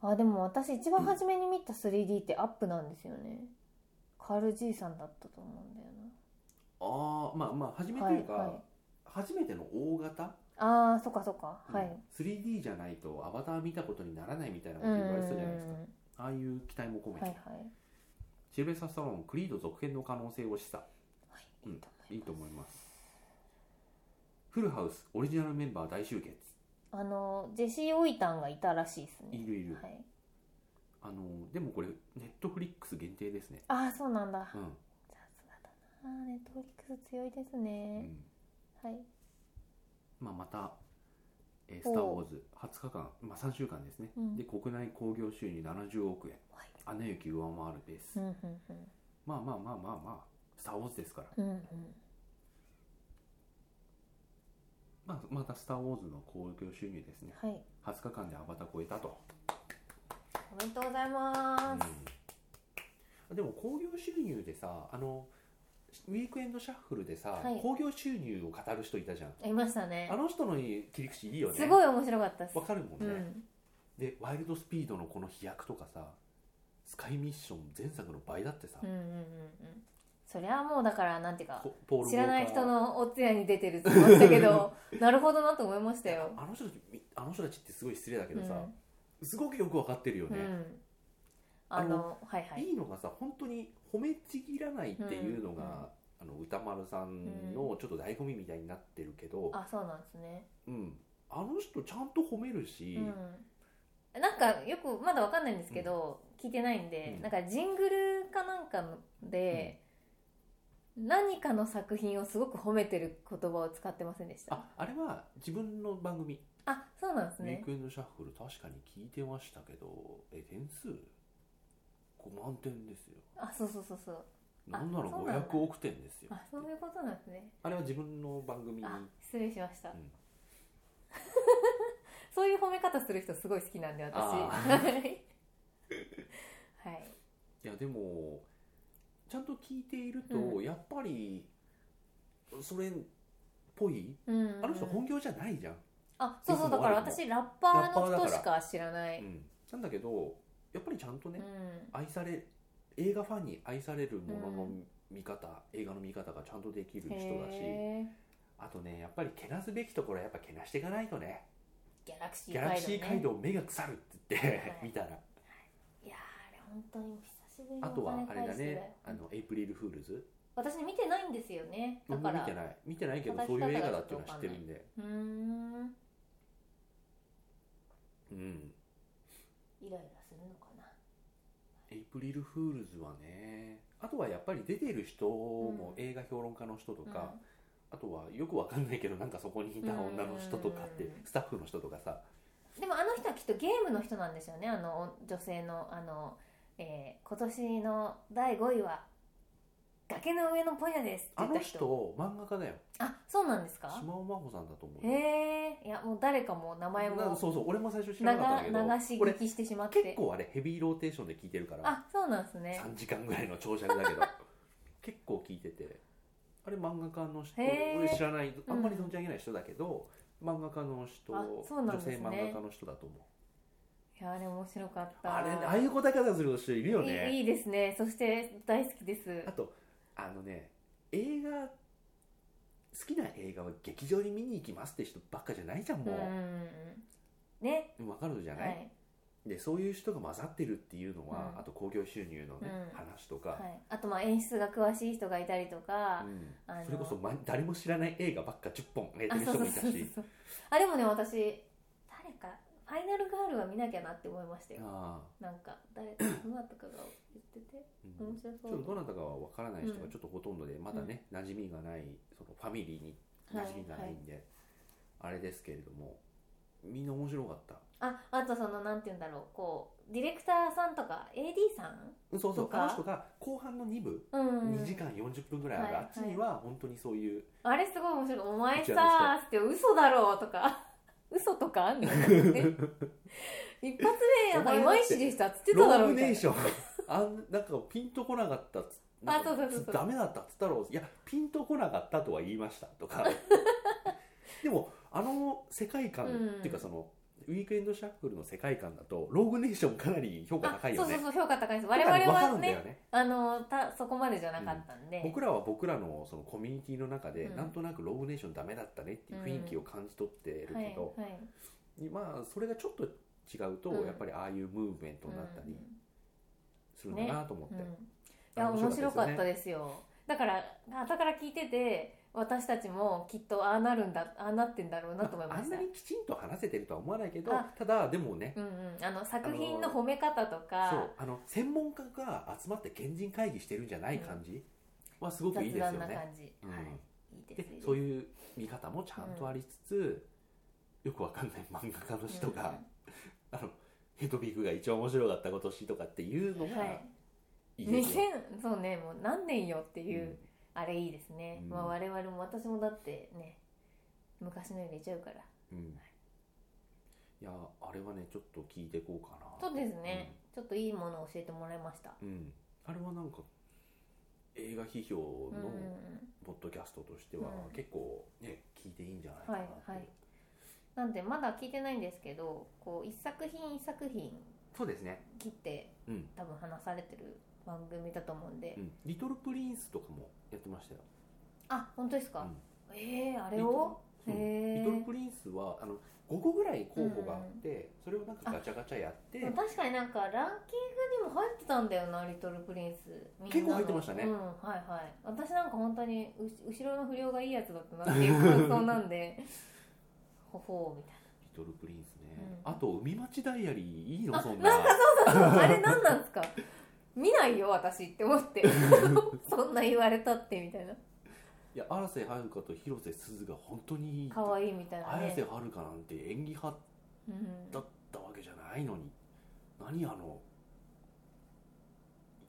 [SPEAKER 1] あでも私一番初めに見た 3D ってアップなんですよね、カール爺さんだったと思うんだよ
[SPEAKER 2] ああまあまあ初め
[SPEAKER 1] な
[SPEAKER 2] というか、
[SPEAKER 1] はいはい
[SPEAKER 2] 初めての大型、
[SPEAKER 1] ああそっかそっか、
[SPEAKER 2] うん
[SPEAKER 1] はい
[SPEAKER 2] 3D じゃないとアバター見たことにならないみたいなこ
[SPEAKER 1] う
[SPEAKER 2] と
[SPEAKER 1] ん
[SPEAKER 2] 言われてたじゃないですかああいう期待も込めて、
[SPEAKER 1] はいはい
[SPEAKER 2] シルベスター・スタローンクリード続編の可能性を示唆
[SPEAKER 1] はい、
[SPEAKER 2] うん
[SPEAKER 1] いいと
[SPEAKER 2] い
[SPEAKER 1] 思
[SPEAKER 2] いと思
[SPEAKER 1] います
[SPEAKER 2] いますフルハウスオリジナルメンバー大集結
[SPEAKER 1] あのジェシー・オイタンがいたらしいですね
[SPEAKER 2] いるいる、
[SPEAKER 1] はい、
[SPEAKER 2] あのーでもこれネットフリックス限定ですね
[SPEAKER 1] ああそうなんだ、
[SPEAKER 2] うん、
[SPEAKER 1] さすがだなネットフリックス強いです
[SPEAKER 2] う
[SPEAKER 1] ね、
[SPEAKER 2] ん
[SPEAKER 1] はい
[SPEAKER 2] まあ、また「えースター・
[SPEAKER 1] おう
[SPEAKER 2] ウォーズ」20日間、まあ、3週間ですね、
[SPEAKER 1] うん
[SPEAKER 2] で国内興行収入70億円
[SPEAKER 1] はい
[SPEAKER 2] アナ雪上回るベース、
[SPEAKER 1] うんうん
[SPEAKER 2] まあまあまあまあまあスター・ウォーズですから、
[SPEAKER 1] うんうん
[SPEAKER 2] まあ、また「スター・ウォーズ」の興行収入ですね
[SPEAKER 1] うんはい
[SPEAKER 2] 20日間でアバター超えたと、
[SPEAKER 1] おめでとうございます、
[SPEAKER 2] うん、でも興行収入でさあのウィークエンドシャッフルでさ
[SPEAKER 1] はい
[SPEAKER 2] 興行、収入を語る人いたじゃん
[SPEAKER 1] いましたね
[SPEAKER 2] あの人の切り口いいよね
[SPEAKER 1] すごい面白かったです
[SPEAKER 2] わかるもん
[SPEAKER 1] う
[SPEAKER 2] ね、
[SPEAKER 1] ん
[SPEAKER 2] でワイルドスピードのこの飛躍とかさスカイミッション前作の倍だってさ、
[SPEAKER 1] うんうんうんうんそりゃあもうだからなんていうか
[SPEAKER 2] ポポール
[SPEAKER 1] 知らない人
[SPEAKER 2] ウォー
[SPEAKER 1] のお通夜に出てるつもりだ けどなるほどなと思いまし
[SPEAKER 2] カ
[SPEAKER 1] た
[SPEAKER 2] ー
[SPEAKER 1] よ。
[SPEAKER 2] あの人たちみあの人たちってすごい失礼だけ
[SPEAKER 1] う
[SPEAKER 2] ど
[SPEAKER 1] ん
[SPEAKER 2] さ、すごくよくわかってるよ
[SPEAKER 1] う
[SPEAKER 2] ね、
[SPEAKER 1] んあ
[SPEAKER 2] あ
[SPEAKER 1] の
[SPEAKER 2] の
[SPEAKER 1] はいはい
[SPEAKER 2] いいのがさ本当に褒めちぎらないっていうのが、あの歌丸さんのちょっと醍醐味みたいになってるけど、
[SPEAKER 1] あそうなんですね。
[SPEAKER 2] うん、あの人ちゃんと褒めるし、
[SPEAKER 1] うん、なんかよくまだわかんないんですけど、聞いてないんで、
[SPEAKER 2] うん
[SPEAKER 1] なんかジングルかなんかで、何かの作品をすごく褒めてる言葉を使ってませんでした。
[SPEAKER 2] ああれは自分の番組
[SPEAKER 1] あそうなんで
[SPEAKER 2] 「
[SPEAKER 1] す
[SPEAKER 2] ウィー
[SPEAKER 1] ね。
[SPEAKER 2] クエンドシャッフル」確かに聞いてましたけどえ点数5万点ですよ
[SPEAKER 1] あそうそうそうそう。
[SPEAKER 2] なんなら
[SPEAKER 1] そうなんだ
[SPEAKER 2] 500億点ですよ
[SPEAKER 1] あそういうことなんですね。
[SPEAKER 2] あれは自分の番組に
[SPEAKER 1] あ失礼しました、
[SPEAKER 2] うん
[SPEAKER 1] そういう褒め方する人すごい好きなんで私
[SPEAKER 2] あ
[SPEAKER 1] はい
[SPEAKER 2] いやでもちゃんと聞いていると、
[SPEAKER 1] う
[SPEAKER 2] やっぱりそれっぽい
[SPEAKER 1] うんうんうん
[SPEAKER 2] あの人本業じゃないじゃん、
[SPEAKER 1] あそうそうだから私ラッパーの人しか知らない
[SPEAKER 2] うんなんだけどやっぱりちゃんと
[SPEAKER 1] う
[SPEAKER 2] ね、
[SPEAKER 1] ん、
[SPEAKER 2] 愛され映画ファンに愛されるもの
[SPEAKER 1] う
[SPEAKER 2] の見方、映画の見方がちゃんとできる人だし
[SPEAKER 1] へー
[SPEAKER 2] あとねやっぱりけなすべきところはやっぱけなしていかないとね
[SPEAKER 1] ギャラクシ
[SPEAKER 2] ギャラクシ
[SPEAKER 1] ー
[SPEAKER 2] ー街
[SPEAKER 1] 街道、ね、
[SPEAKER 2] 道目が腐るって言って、
[SPEAKER 1] はい
[SPEAKER 2] 見たら
[SPEAKER 1] いやーあれ本当に久しぶりに
[SPEAKER 2] あとは
[SPEAKER 1] お
[SPEAKER 2] あ
[SPEAKER 1] 金
[SPEAKER 2] れ
[SPEAKER 1] 返
[SPEAKER 2] だ
[SPEAKER 1] してよ
[SPEAKER 2] ねあのエイプリルフールズ
[SPEAKER 1] 私見てないんですよねだ
[SPEAKER 2] 僕も
[SPEAKER 1] か
[SPEAKER 2] 見
[SPEAKER 1] ら
[SPEAKER 2] てない見てないけど
[SPEAKER 1] 叩
[SPEAKER 2] そう
[SPEAKER 1] き方
[SPEAKER 2] いう映画
[SPEAKER 1] が
[SPEAKER 2] だ
[SPEAKER 1] ちょ
[SPEAKER 2] っ
[SPEAKER 1] って
[SPEAKER 2] いうのは知っ
[SPEAKER 1] とわかんな
[SPEAKER 2] て
[SPEAKER 1] い
[SPEAKER 2] るんで
[SPEAKER 1] うーん
[SPEAKER 2] うん
[SPEAKER 1] イライラするのかな
[SPEAKER 2] エイプリルフールズはねあとはやっぱり出てる人も、
[SPEAKER 1] う
[SPEAKER 2] 映画評論家の人とか、
[SPEAKER 1] う
[SPEAKER 2] あとはよくわかんないけどなんかそこにいた女の人とかって、
[SPEAKER 1] うん
[SPEAKER 2] スタッフの人とかさ
[SPEAKER 1] んでもあの人はきっとゲームの人なんですよねあの女性のあの、えー今年の第5位は「崖の上のポニョです」って
[SPEAKER 2] あ
[SPEAKER 1] 言っ
[SPEAKER 2] の
[SPEAKER 1] た人
[SPEAKER 2] 人漫画家だよ
[SPEAKER 1] あそうなんですか
[SPEAKER 2] 島尾真帆さんだと思う
[SPEAKER 1] へ
[SPEAKER 2] よ
[SPEAKER 1] えいやもう誰かも名前
[SPEAKER 2] な
[SPEAKER 1] も
[SPEAKER 2] そうそう俺も最初知
[SPEAKER 1] 流
[SPEAKER 2] らなかったんだけど
[SPEAKER 1] 流し
[SPEAKER 2] 俺
[SPEAKER 1] 聞きしてしまって
[SPEAKER 2] 結構あれヘビーローテーションで聞いてるから
[SPEAKER 1] あそうなんですね
[SPEAKER 2] 3時間ぐらいの長尺だけど 結構聞いててあれ漫画家の人
[SPEAKER 1] へー
[SPEAKER 2] 俺知らないあんまり
[SPEAKER 1] うん
[SPEAKER 2] 存じ上げない人だけど、漫画家の人
[SPEAKER 1] あそう
[SPEAKER 2] 女
[SPEAKER 1] なんです
[SPEAKER 2] 性
[SPEAKER 1] ね
[SPEAKER 2] 漫画家の人だと思う
[SPEAKER 1] いやあれ面白かった
[SPEAKER 2] あれああいう答え方する人いるよね
[SPEAKER 1] いいいいですねそして大好きです
[SPEAKER 2] あとあのね映画好きな映画は劇場に見に行きますって人ばっかじゃないじゃん
[SPEAKER 1] うんうん
[SPEAKER 2] も
[SPEAKER 1] うんね
[SPEAKER 2] う、わかるじゃ
[SPEAKER 1] は
[SPEAKER 2] ない、
[SPEAKER 1] い、
[SPEAKER 2] でそういう人が混ざってるっていうのは、
[SPEAKER 1] うん
[SPEAKER 2] あと興行収入のね、
[SPEAKER 1] うん
[SPEAKER 2] 話とか、
[SPEAKER 1] はい、あとまあ演出が詳しい人がいたりとか、
[SPEAKER 2] うん
[SPEAKER 1] あの
[SPEAKER 2] それこそ、ま、誰も知らない映画ばっか10本上げて
[SPEAKER 1] あ
[SPEAKER 2] る
[SPEAKER 1] そう
[SPEAKER 2] 人
[SPEAKER 1] そ
[SPEAKER 2] も
[SPEAKER 1] う
[SPEAKER 2] いた
[SPEAKER 1] そうそう
[SPEAKER 2] し
[SPEAKER 1] あでもね私誰かファイナルガールは見なきゃなって思いましたよ
[SPEAKER 2] ああ、
[SPEAKER 1] なんか誰かどなたかが言ってて
[SPEAKER 2] うん
[SPEAKER 1] 面白
[SPEAKER 2] ち
[SPEAKER 1] そう
[SPEAKER 2] ょっとどなたかは分からない人
[SPEAKER 1] う
[SPEAKER 2] が
[SPEAKER 1] ん
[SPEAKER 2] ちょっとほとんどでまだね、馴染みがないそのファミリーに
[SPEAKER 1] はい
[SPEAKER 2] 馴染みがないんで、あれですけれどもみんな面白かった
[SPEAKER 1] ああとそのなんて言うんだろうこうディレクターさんとか AD さん
[SPEAKER 2] うんそうそ
[SPEAKER 1] と
[SPEAKER 2] う
[SPEAKER 1] か
[SPEAKER 2] あの人が後半の2部、
[SPEAKER 1] うん
[SPEAKER 2] 2時間40分ぐらいある、
[SPEAKER 1] はい
[SPEAKER 2] あっちには本当にそういう
[SPEAKER 1] あれすごい面白いお前
[SPEAKER 2] うちは
[SPEAKER 1] さーって嘘だろうとか 嘘とか あんの、ね、一発目なんかいまいちでしたっつってただ
[SPEAKER 2] ロ
[SPEAKER 1] ろ
[SPEAKER 2] ー
[SPEAKER 1] う
[SPEAKER 2] グ
[SPEAKER 1] みた
[SPEAKER 2] ネ
[SPEAKER 1] い
[SPEAKER 2] ー
[SPEAKER 1] な
[SPEAKER 2] ションあんなんかピンとこなかったっつなんか
[SPEAKER 1] あそうそうそうそう
[SPEAKER 2] ダメだったっつったろういやピンとこなかったとは言いましたと かでもあの世界観、
[SPEAKER 1] うん
[SPEAKER 2] っていうかそのウィークエンドシャッフルの世界観だとローグネーションかなり評価
[SPEAKER 1] あ
[SPEAKER 2] 高い
[SPEAKER 1] そ
[SPEAKER 2] よ
[SPEAKER 1] うそう
[SPEAKER 2] ね
[SPEAKER 1] そう評価高いです
[SPEAKER 2] だ
[SPEAKER 1] 我々
[SPEAKER 2] から分かる
[SPEAKER 1] は
[SPEAKER 2] んだ
[SPEAKER 1] ね
[SPEAKER 2] よね
[SPEAKER 1] あのたそこまでじゃなかったんで、
[SPEAKER 2] 僕らは僕らのそのコミュニティの中で、
[SPEAKER 1] うん
[SPEAKER 2] なんとなくローグネーションダメだったねっていう雰囲気を感じ取ってる
[SPEAKER 1] はい
[SPEAKER 2] けど、
[SPEAKER 1] はい
[SPEAKER 2] まあそれがちょっと違うと、
[SPEAKER 1] うん
[SPEAKER 2] やっぱりああいうムーブメントになったりするんだなと思って、
[SPEAKER 1] うんうんいや面白かったですよだから後から聞いてて私たちもきっとああなるんだああなってんだろうなと思いま
[SPEAKER 2] あん
[SPEAKER 1] した
[SPEAKER 2] なにきちんと話せてるとは思わないけど
[SPEAKER 1] あ
[SPEAKER 2] ただでもね、
[SPEAKER 1] うんうん、あの作品の褒め方とか、
[SPEAKER 2] そうあの専門家が集まって賢人会議してるんじゃない感じはすごくいいで
[SPEAKER 1] 雑
[SPEAKER 2] すよ
[SPEAKER 1] 談な
[SPEAKER 2] ね。
[SPEAKER 1] 感じ、
[SPEAKER 2] うん
[SPEAKER 1] はいいいです
[SPEAKER 2] で
[SPEAKER 1] いいです
[SPEAKER 2] そういう見方もちゃんとありつつ、よくわかんない漫画家の人が、あのヘドビグが一番面白かった今年とかっていうの
[SPEAKER 1] うんは
[SPEAKER 2] が
[SPEAKER 1] い
[SPEAKER 2] いい
[SPEAKER 1] 2000
[SPEAKER 2] ですよ、
[SPEAKER 1] そうねもう何年よっていう、
[SPEAKER 2] うん
[SPEAKER 1] あれいいですね、
[SPEAKER 2] うん
[SPEAKER 1] まあ、我々も私もだってね昔のように出ちゃうから
[SPEAKER 2] うんいやあれはねちょっと聞いていこうかな
[SPEAKER 1] そうですね、ちょっといいものを教えてもらいました
[SPEAKER 2] うん、うんあれはなんか映画批評
[SPEAKER 1] うんうん
[SPEAKER 2] の、
[SPEAKER 1] うん
[SPEAKER 2] ポッドキャストとしては
[SPEAKER 1] うん
[SPEAKER 2] 結構ね、聞いていいんじゃないか
[SPEAKER 1] は
[SPEAKER 2] ないっていう、
[SPEAKER 1] はいなんでまだ聞いてないんですけどこう一作品一作品
[SPEAKER 2] そうですね、
[SPEAKER 1] 切って
[SPEAKER 2] うん
[SPEAKER 1] 多分話されてる番組だと思うんで、
[SPEAKER 2] うん、リトルプリンスとかもやってましたよ
[SPEAKER 1] あ本当ですか、ええー、あ
[SPEAKER 2] あ
[SPEAKER 1] れを
[SPEAKER 2] リト,そう、
[SPEAKER 1] へー
[SPEAKER 2] リトルプリンスはあの5個ぐらい候補があって、それをなんかガチャガチャやって
[SPEAKER 1] でも確かになんかランキングにも入ってたんだよなリトルプリンスみんなの
[SPEAKER 2] 結構入ってましたね
[SPEAKER 1] うんはいはい私なんか本当にうし後ろの不良がいいやつだったなっていう感想なん でほほうみたい
[SPEAKER 2] リトルプリンスね、
[SPEAKER 1] うん
[SPEAKER 2] あと海町ダイアリーいいの
[SPEAKER 1] あ
[SPEAKER 2] そんな
[SPEAKER 1] なあれ何なんですか見ないよ私って思 ってそんな言われたってみたいない
[SPEAKER 2] や荒瀬はるかと広瀬すずが本当にいいって
[SPEAKER 1] 可愛いみたいな
[SPEAKER 2] 綾
[SPEAKER 1] ね
[SPEAKER 2] 瀬、はるかなんて演技派
[SPEAKER 1] うん
[SPEAKER 2] だったわけじゃないのに何あの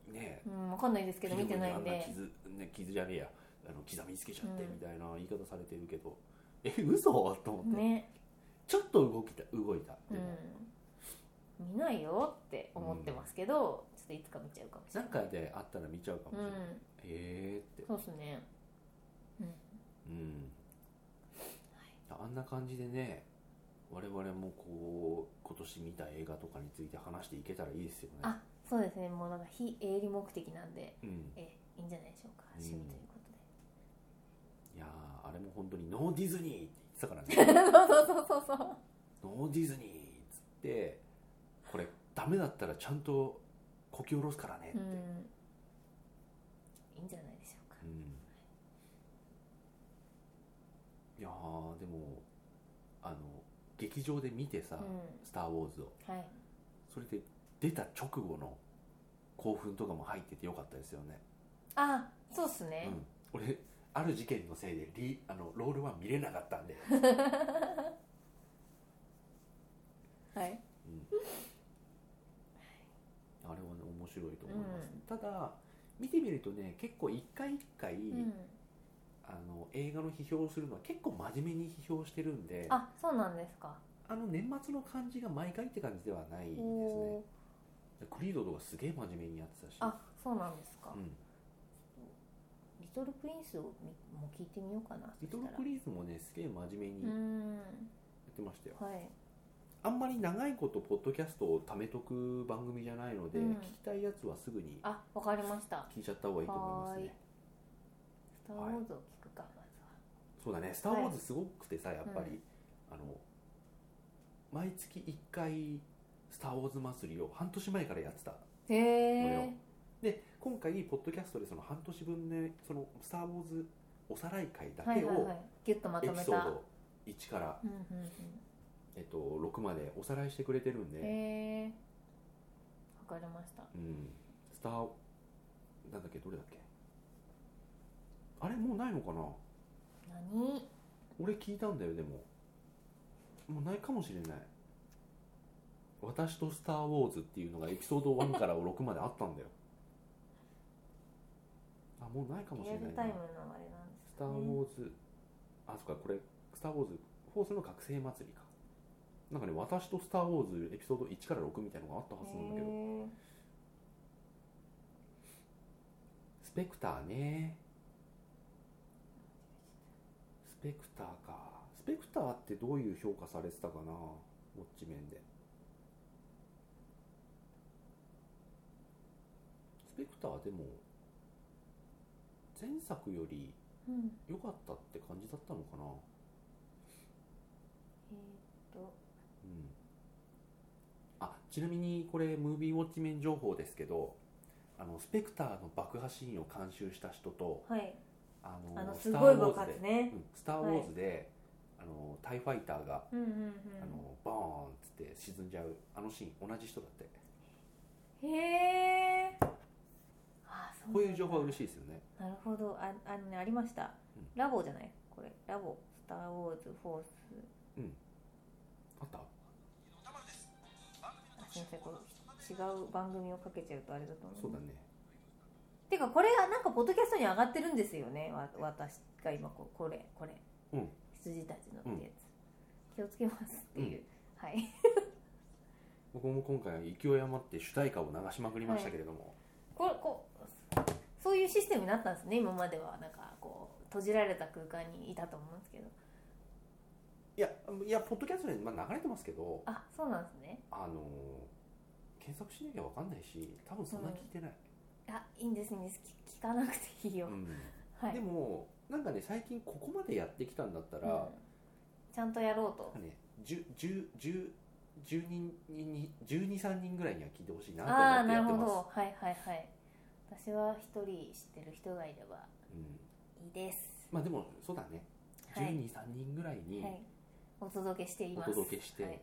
[SPEAKER 2] ねえ
[SPEAKER 1] うん、分かんないですけど見てないん
[SPEAKER 2] フィルムにあ
[SPEAKER 1] で
[SPEAKER 2] んな傷ね傷じゃねえやあの刻みつけちゃって
[SPEAKER 1] うん
[SPEAKER 2] みたいな言い方されてるけど、え嘘と思って、
[SPEAKER 1] ね
[SPEAKER 2] ちょっと動きた動いた
[SPEAKER 1] う
[SPEAKER 2] でも、
[SPEAKER 1] ん見ないよって思ってますけど、ちょっといつか見ちゃうかもしれ
[SPEAKER 2] な
[SPEAKER 1] なんい
[SPEAKER 2] かであったら見ちゃうかもし
[SPEAKER 1] う
[SPEAKER 2] れない、
[SPEAKER 1] ん
[SPEAKER 2] えーって
[SPEAKER 1] そうっすね。うん。
[SPEAKER 2] うん、あんな感じでね我々もこう今年見た映画とかについて話していけたらいいですよね
[SPEAKER 1] あ、そうですね。もうなんか非営利目的なんで、
[SPEAKER 2] うん、
[SPEAKER 1] え、いいんじゃないでしょうか。
[SPEAKER 2] うん
[SPEAKER 1] 趣味ということで。
[SPEAKER 2] いやーあれも本当にノーディズニーって言って たからね
[SPEAKER 1] そうそうそうそうそう。
[SPEAKER 2] ノーディズニーっつってこれダメだったらちゃんとこき下ろすからねって、
[SPEAKER 1] うん。いいんじゃないでしょうか。
[SPEAKER 2] いやーでもあの劇場で見てさ「
[SPEAKER 1] う
[SPEAKER 2] スター・ウォーズを」
[SPEAKER 1] ん。はい。
[SPEAKER 2] それで出た直後の興奮とかも入っててよかったですよね、
[SPEAKER 1] あ、そうっす
[SPEAKER 2] う
[SPEAKER 1] ね。
[SPEAKER 2] ん、俺ある事件のせいでリあのロールワン見れなかった んで、
[SPEAKER 1] はい。
[SPEAKER 2] うんあれはね面白いと思います、
[SPEAKER 1] うん
[SPEAKER 2] ただ見てみるとね結構一回一回、
[SPEAKER 1] うん。
[SPEAKER 2] ああの映画の批評をするのは結構真面目に批評してるんであ
[SPEAKER 1] あそうなんですか
[SPEAKER 2] の年末の感じが毎回って感じではないです
[SPEAKER 1] お
[SPEAKER 2] ね
[SPEAKER 1] お
[SPEAKER 2] クリードとかすげえ真面目にやってたし
[SPEAKER 1] ーあそうなんですか、
[SPEAKER 2] うん、
[SPEAKER 1] リトルプリンスをみもう聞いてみようかな
[SPEAKER 2] リトル
[SPEAKER 1] そしたら
[SPEAKER 2] クリーズもねすげえ真面目に
[SPEAKER 1] うー
[SPEAKER 2] や
[SPEAKER 1] ん
[SPEAKER 2] ってましたよ、
[SPEAKER 1] はい
[SPEAKER 2] あんまり長いことポッドキャストを貯めとく番組じゃないので、
[SPEAKER 1] うん
[SPEAKER 2] 聞きたいやつはすぐに
[SPEAKER 1] あわかりました
[SPEAKER 2] 聞いちゃった方がいいと思います
[SPEAKER 1] はーい
[SPEAKER 2] ね
[SPEAKER 1] スター・ウォーズを聞くか、まずは
[SPEAKER 2] そうだね「スター・ウォーズ」すごくてさやっぱり、
[SPEAKER 1] う
[SPEAKER 2] あの毎月1回「スター・ウォーズ祭り」を半年前からやってた
[SPEAKER 1] へえ
[SPEAKER 2] で今回ポッドキャストでその半年分で「そのスター・ウォーズ」おさらい会だ
[SPEAKER 1] は
[SPEAKER 2] け
[SPEAKER 1] いはい
[SPEAKER 2] を
[SPEAKER 1] はいギュッとま
[SPEAKER 2] エ
[SPEAKER 1] と
[SPEAKER 2] ピ
[SPEAKER 1] め
[SPEAKER 2] ソー
[SPEAKER 1] た
[SPEAKER 2] ド1から、
[SPEAKER 1] うんうん
[SPEAKER 2] えっと、6までおさらいしてくれてるん
[SPEAKER 1] うん
[SPEAKER 2] で、
[SPEAKER 1] へえわかりました
[SPEAKER 2] うん、スターなんだっけどれだっけあれもうないのかな
[SPEAKER 1] 何
[SPEAKER 2] 俺聞いたんだよでももうないかもしれない「私とスター・ウォーズ」っていうのがエピソード1から6まであったんだよあもうないかもし
[SPEAKER 1] リア
[SPEAKER 2] れ
[SPEAKER 1] ル
[SPEAKER 2] ない
[SPEAKER 1] タ
[SPEAKER 2] な
[SPEAKER 1] イムのあれなんです
[SPEAKER 2] スター・ウォーズ」あそっかこれ「スター・ウォーズ・フォースの覚醒祭りか」なんかね「私とスター・ウォーズ」エピソード1から6みたいなのがあったはずなんだけど
[SPEAKER 1] へ
[SPEAKER 2] スペクターねスペクターかスペクターってどういう評価されてたかなウォッチ面でスペクターでも前作より
[SPEAKER 1] えうん
[SPEAKER 2] 良かったって感じだったのかな
[SPEAKER 1] えー、っと
[SPEAKER 2] うんあちなみにこれムービーウォッチ面情報ですけどあのスペクターの爆破シーンを監修した人と
[SPEAKER 1] はい
[SPEAKER 2] あの
[SPEAKER 1] あの
[SPEAKER 2] ス
[SPEAKER 1] す
[SPEAKER 2] タ
[SPEAKER 1] ご
[SPEAKER 2] ー・
[SPEAKER 1] い
[SPEAKER 2] ウォ
[SPEAKER 1] 爆
[SPEAKER 2] ーズ
[SPEAKER 1] 発
[SPEAKER 2] で
[SPEAKER 1] ね
[SPEAKER 2] うんスター・ウォーズで、あのタイファイターが、
[SPEAKER 1] うんうん
[SPEAKER 2] あのボーンっつって沈んじゃうあのシーン同じ人だって
[SPEAKER 1] うんへえあそうなんだ
[SPEAKER 2] こういう情報は嬉しいですよね
[SPEAKER 1] なるほどああのねありました、
[SPEAKER 2] うん
[SPEAKER 1] ラボじゃないこれラボスター・ウォーズ・フォース
[SPEAKER 2] あった
[SPEAKER 1] あすいませんこれ違う番組をかけちゃうとあれだと思う
[SPEAKER 2] そうだね
[SPEAKER 1] てかこれがなんかポッドキャストに上がってるんですよねわ私が今ここれこれ、
[SPEAKER 2] うん
[SPEAKER 1] 羊たちのってやつ、気をつけますっていう、はい
[SPEAKER 2] 僕も今回勢い余って主題歌を流しまくりましたけれども、
[SPEAKER 1] ここそういうシステムになったんですね今まではなんかこう閉じられた空間にいたと思うんですけど
[SPEAKER 2] い、やいやポッドキャストで、まあ、流れてますけど
[SPEAKER 1] あそうなんですね
[SPEAKER 2] あの検索しなきゃ分かんないし多分そんな聞いてない、
[SPEAKER 1] あいいんですいいんです聞聞かなくていいよ、
[SPEAKER 2] うん
[SPEAKER 1] はい
[SPEAKER 2] でもなんかね最近ここまでやってきたんだったら、
[SPEAKER 1] ちゃんとやろうと
[SPEAKER 2] なんかね10 10 10 10人に123人ぐらいには聞いてほしいなと
[SPEAKER 1] ああーなる
[SPEAKER 2] 思
[SPEAKER 1] ほ
[SPEAKER 2] ってやってます
[SPEAKER 1] どはいはいはい私は一人知ってる人がいれば
[SPEAKER 2] うん
[SPEAKER 1] いいです
[SPEAKER 2] まあでもそうだね、
[SPEAKER 1] はい
[SPEAKER 2] 123人ぐらいに
[SPEAKER 1] はいお届けしてい
[SPEAKER 2] お
[SPEAKER 1] ます
[SPEAKER 2] 届けし
[SPEAKER 1] は
[SPEAKER 2] て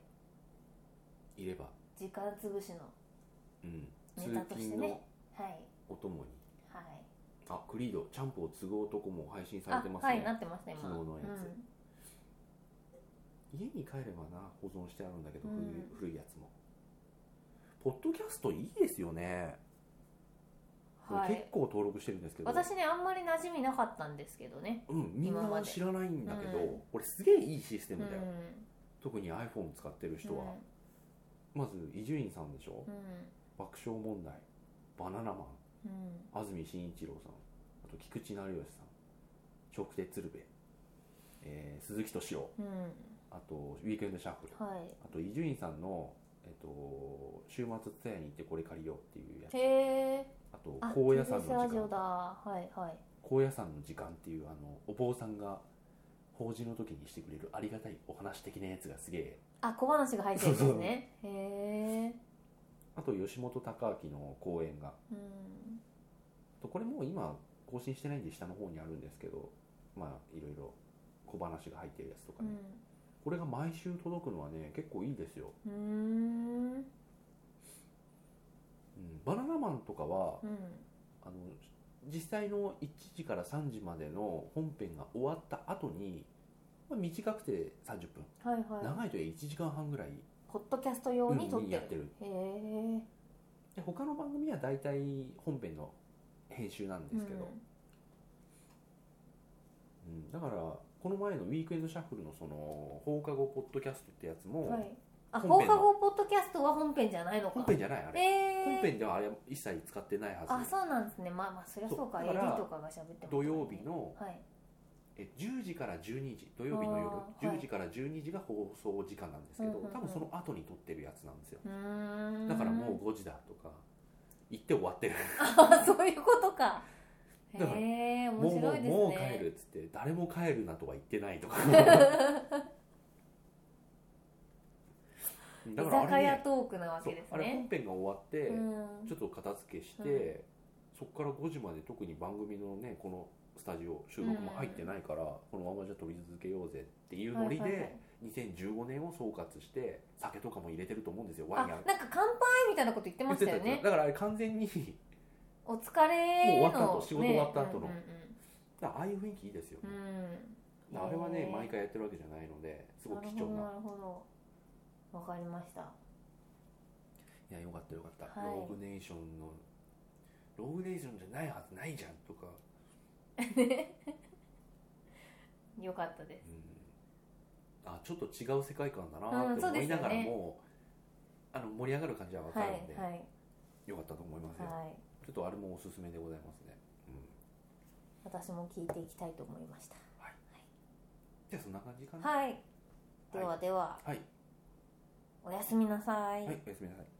[SPEAKER 1] い
[SPEAKER 2] いれば、
[SPEAKER 1] 時間つぶしの
[SPEAKER 2] うん、
[SPEAKER 1] ネタとしてね
[SPEAKER 2] 通勤の
[SPEAKER 1] はい
[SPEAKER 2] お供に
[SPEAKER 1] はい
[SPEAKER 2] あクリード「チャンプを継ぐ男」も配信され
[SPEAKER 1] あ
[SPEAKER 2] てますね、
[SPEAKER 1] はいなってました今
[SPEAKER 2] 昨日のやつ
[SPEAKER 1] うん
[SPEAKER 2] 家に帰ればな保存してあるんだけど、古い
[SPEAKER 1] うん
[SPEAKER 2] 古いやつもポッドキャストいいですよね、
[SPEAKER 1] は
[SPEAKER 2] 結
[SPEAKER 1] い
[SPEAKER 2] 構登録してるんですけど
[SPEAKER 1] 私ねあんまり馴染みなかったんですけどね
[SPEAKER 2] うん、みん
[SPEAKER 1] 今ま
[SPEAKER 2] な
[SPEAKER 1] で
[SPEAKER 2] 知らないんだけど、
[SPEAKER 1] うん
[SPEAKER 2] 俺すげえいいシステ
[SPEAKER 1] うん
[SPEAKER 2] ムだよ、特に iPhone 使ってる人は、まず伊集院さんでしょ、
[SPEAKER 1] うん
[SPEAKER 2] 爆笑問題バナナマン
[SPEAKER 1] うん
[SPEAKER 2] 安住紳一郎さんあと菊池成吉さん直手鶴瓶、えー鈴木敏郎
[SPEAKER 1] うんうん
[SPEAKER 2] あとウィークエンドシャッフル
[SPEAKER 1] はい
[SPEAKER 2] あと伊集院さんの、えっと「週末ツタヤに行ってこれ借りよう」っていうやつ
[SPEAKER 1] へえ
[SPEAKER 2] あと
[SPEAKER 1] あ
[SPEAKER 2] 高野山
[SPEAKER 1] TBS ラジ
[SPEAKER 2] の
[SPEAKER 1] オ
[SPEAKER 2] 時
[SPEAKER 1] だ
[SPEAKER 2] 間
[SPEAKER 1] はいはい
[SPEAKER 2] 高野山の時間っていうあのお坊さんが法事の時にしてくれるありがたいお話的なやつがすげえ
[SPEAKER 1] あ小話が入ってるんですねへえ
[SPEAKER 2] あと吉本隆明の講演が
[SPEAKER 1] うん
[SPEAKER 2] とこれもう今更新してないんで下の方にあるんですけどまあいろいろ小話が入ってるやつとか
[SPEAKER 1] う
[SPEAKER 2] ね、
[SPEAKER 1] ん
[SPEAKER 2] これが毎週届くのはね結構いいですよ、
[SPEAKER 1] うーん
[SPEAKER 2] うん、バナナマンとかは
[SPEAKER 1] うん
[SPEAKER 2] あの実際の1時から3時までの本編が終わった後に、まあ、短くて30分、
[SPEAKER 1] はいは
[SPEAKER 2] 長いと1時間半ぐらい
[SPEAKER 1] いポッドキャスト用に撮っ
[SPEAKER 2] うん
[SPEAKER 1] て
[SPEAKER 2] や
[SPEAKER 1] る,、
[SPEAKER 2] ってる
[SPEAKER 1] へえ
[SPEAKER 2] で他の番組は大体本編の編集なんですけど、うんうん、だからこの前のウィークエンドシャッフルのその放課後ポッドキャストってやつも、
[SPEAKER 1] はい、あ
[SPEAKER 2] 本
[SPEAKER 1] 放
[SPEAKER 2] 編
[SPEAKER 1] 課
[SPEAKER 2] の
[SPEAKER 1] 後ポッドキャストは本編じゃないのか
[SPEAKER 2] 本編じゃないあれ、
[SPEAKER 1] えー、
[SPEAKER 2] 本編ではあれは一切使ってないはず
[SPEAKER 1] あそうなんですねまあまあそりゃそうか
[SPEAKER 2] そうだから
[SPEAKER 1] AD とかが喋ってますから
[SPEAKER 2] 土
[SPEAKER 1] ね
[SPEAKER 2] 曜日の
[SPEAKER 1] はい
[SPEAKER 2] え10時から12時土曜日の夜
[SPEAKER 1] あーはい
[SPEAKER 2] 10時から12時が放送時間なんですけど、
[SPEAKER 1] うんうんうん
[SPEAKER 2] 多分その後に撮ってるやつなんですよ
[SPEAKER 1] うーん
[SPEAKER 2] だからもう5時だとか言って終わってる
[SPEAKER 1] あそういうことかへ
[SPEAKER 2] だから
[SPEAKER 1] え
[SPEAKER 2] も
[SPEAKER 1] 面
[SPEAKER 2] うも
[SPEAKER 1] 白
[SPEAKER 2] う
[SPEAKER 1] いですね
[SPEAKER 2] もう帰るっつって誰も帰るなとは言ってないとかだからあ
[SPEAKER 1] 居酒
[SPEAKER 2] れ,、
[SPEAKER 1] 屋
[SPEAKER 2] ね、
[SPEAKER 1] トークなわ
[SPEAKER 2] そ
[SPEAKER 1] け
[SPEAKER 2] う
[SPEAKER 1] です
[SPEAKER 2] あれ
[SPEAKER 1] ね
[SPEAKER 2] 本編が終わって、
[SPEAKER 1] うん
[SPEAKER 2] ちょっと片付けして、
[SPEAKER 1] う
[SPEAKER 2] そこから5時まで特に番組のねこのスタジオ収録も入ってないから、このままじゃ撮り続けようぜっていうノリ
[SPEAKER 1] はいはいは
[SPEAKER 2] で
[SPEAKER 1] い
[SPEAKER 2] 2015年を総括して酒とかも入れてると思うんですよ
[SPEAKER 1] あな
[SPEAKER 2] ワ
[SPEAKER 1] ん
[SPEAKER 2] イン
[SPEAKER 1] か
[SPEAKER 2] や
[SPEAKER 1] 乾杯みたいなこと言ってましたよ ね
[SPEAKER 2] だからあれ完全に
[SPEAKER 1] お疲れの
[SPEAKER 2] もう終わった後仕事終わった後の
[SPEAKER 1] ね
[SPEAKER 2] ああいう雰囲気いいですよ
[SPEAKER 1] う
[SPEAKER 2] ね
[SPEAKER 1] ん、うんうんうん
[SPEAKER 2] だからあれは
[SPEAKER 1] へ
[SPEAKER 2] ね
[SPEAKER 1] ー
[SPEAKER 2] 毎回やってるわけじゃないのですごく貴重な
[SPEAKER 1] なるほどなるほどわかりました
[SPEAKER 2] いやよかったよかった、
[SPEAKER 1] はい
[SPEAKER 2] ローグネーションのローグネーションじゃないはずないじゃんとか、
[SPEAKER 1] よかったです
[SPEAKER 2] うん、あちょっと違う世界観だな
[SPEAKER 1] う
[SPEAKER 2] っ
[SPEAKER 1] ん
[SPEAKER 2] て
[SPEAKER 1] そう
[SPEAKER 2] 思
[SPEAKER 1] で
[SPEAKER 2] い
[SPEAKER 1] すよ
[SPEAKER 2] な
[SPEAKER 1] ね
[SPEAKER 2] がらも、あの盛り上がる感じは分か
[SPEAKER 1] は
[SPEAKER 2] る
[SPEAKER 1] い
[SPEAKER 2] んで、
[SPEAKER 1] はい
[SPEAKER 2] よかったと思いますよ、
[SPEAKER 1] はい
[SPEAKER 2] ちょっとあれもおすすめでございますね、うん、
[SPEAKER 1] 私も聞いていきたいと思いました
[SPEAKER 2] じゃあそんな感じかな
[SPEAKER 1] はいではでは、
[SPEAKER 2] はい、
[SPEAKER 1] おやすみなさい
[SPEAKER 2] はい、おやすみなさい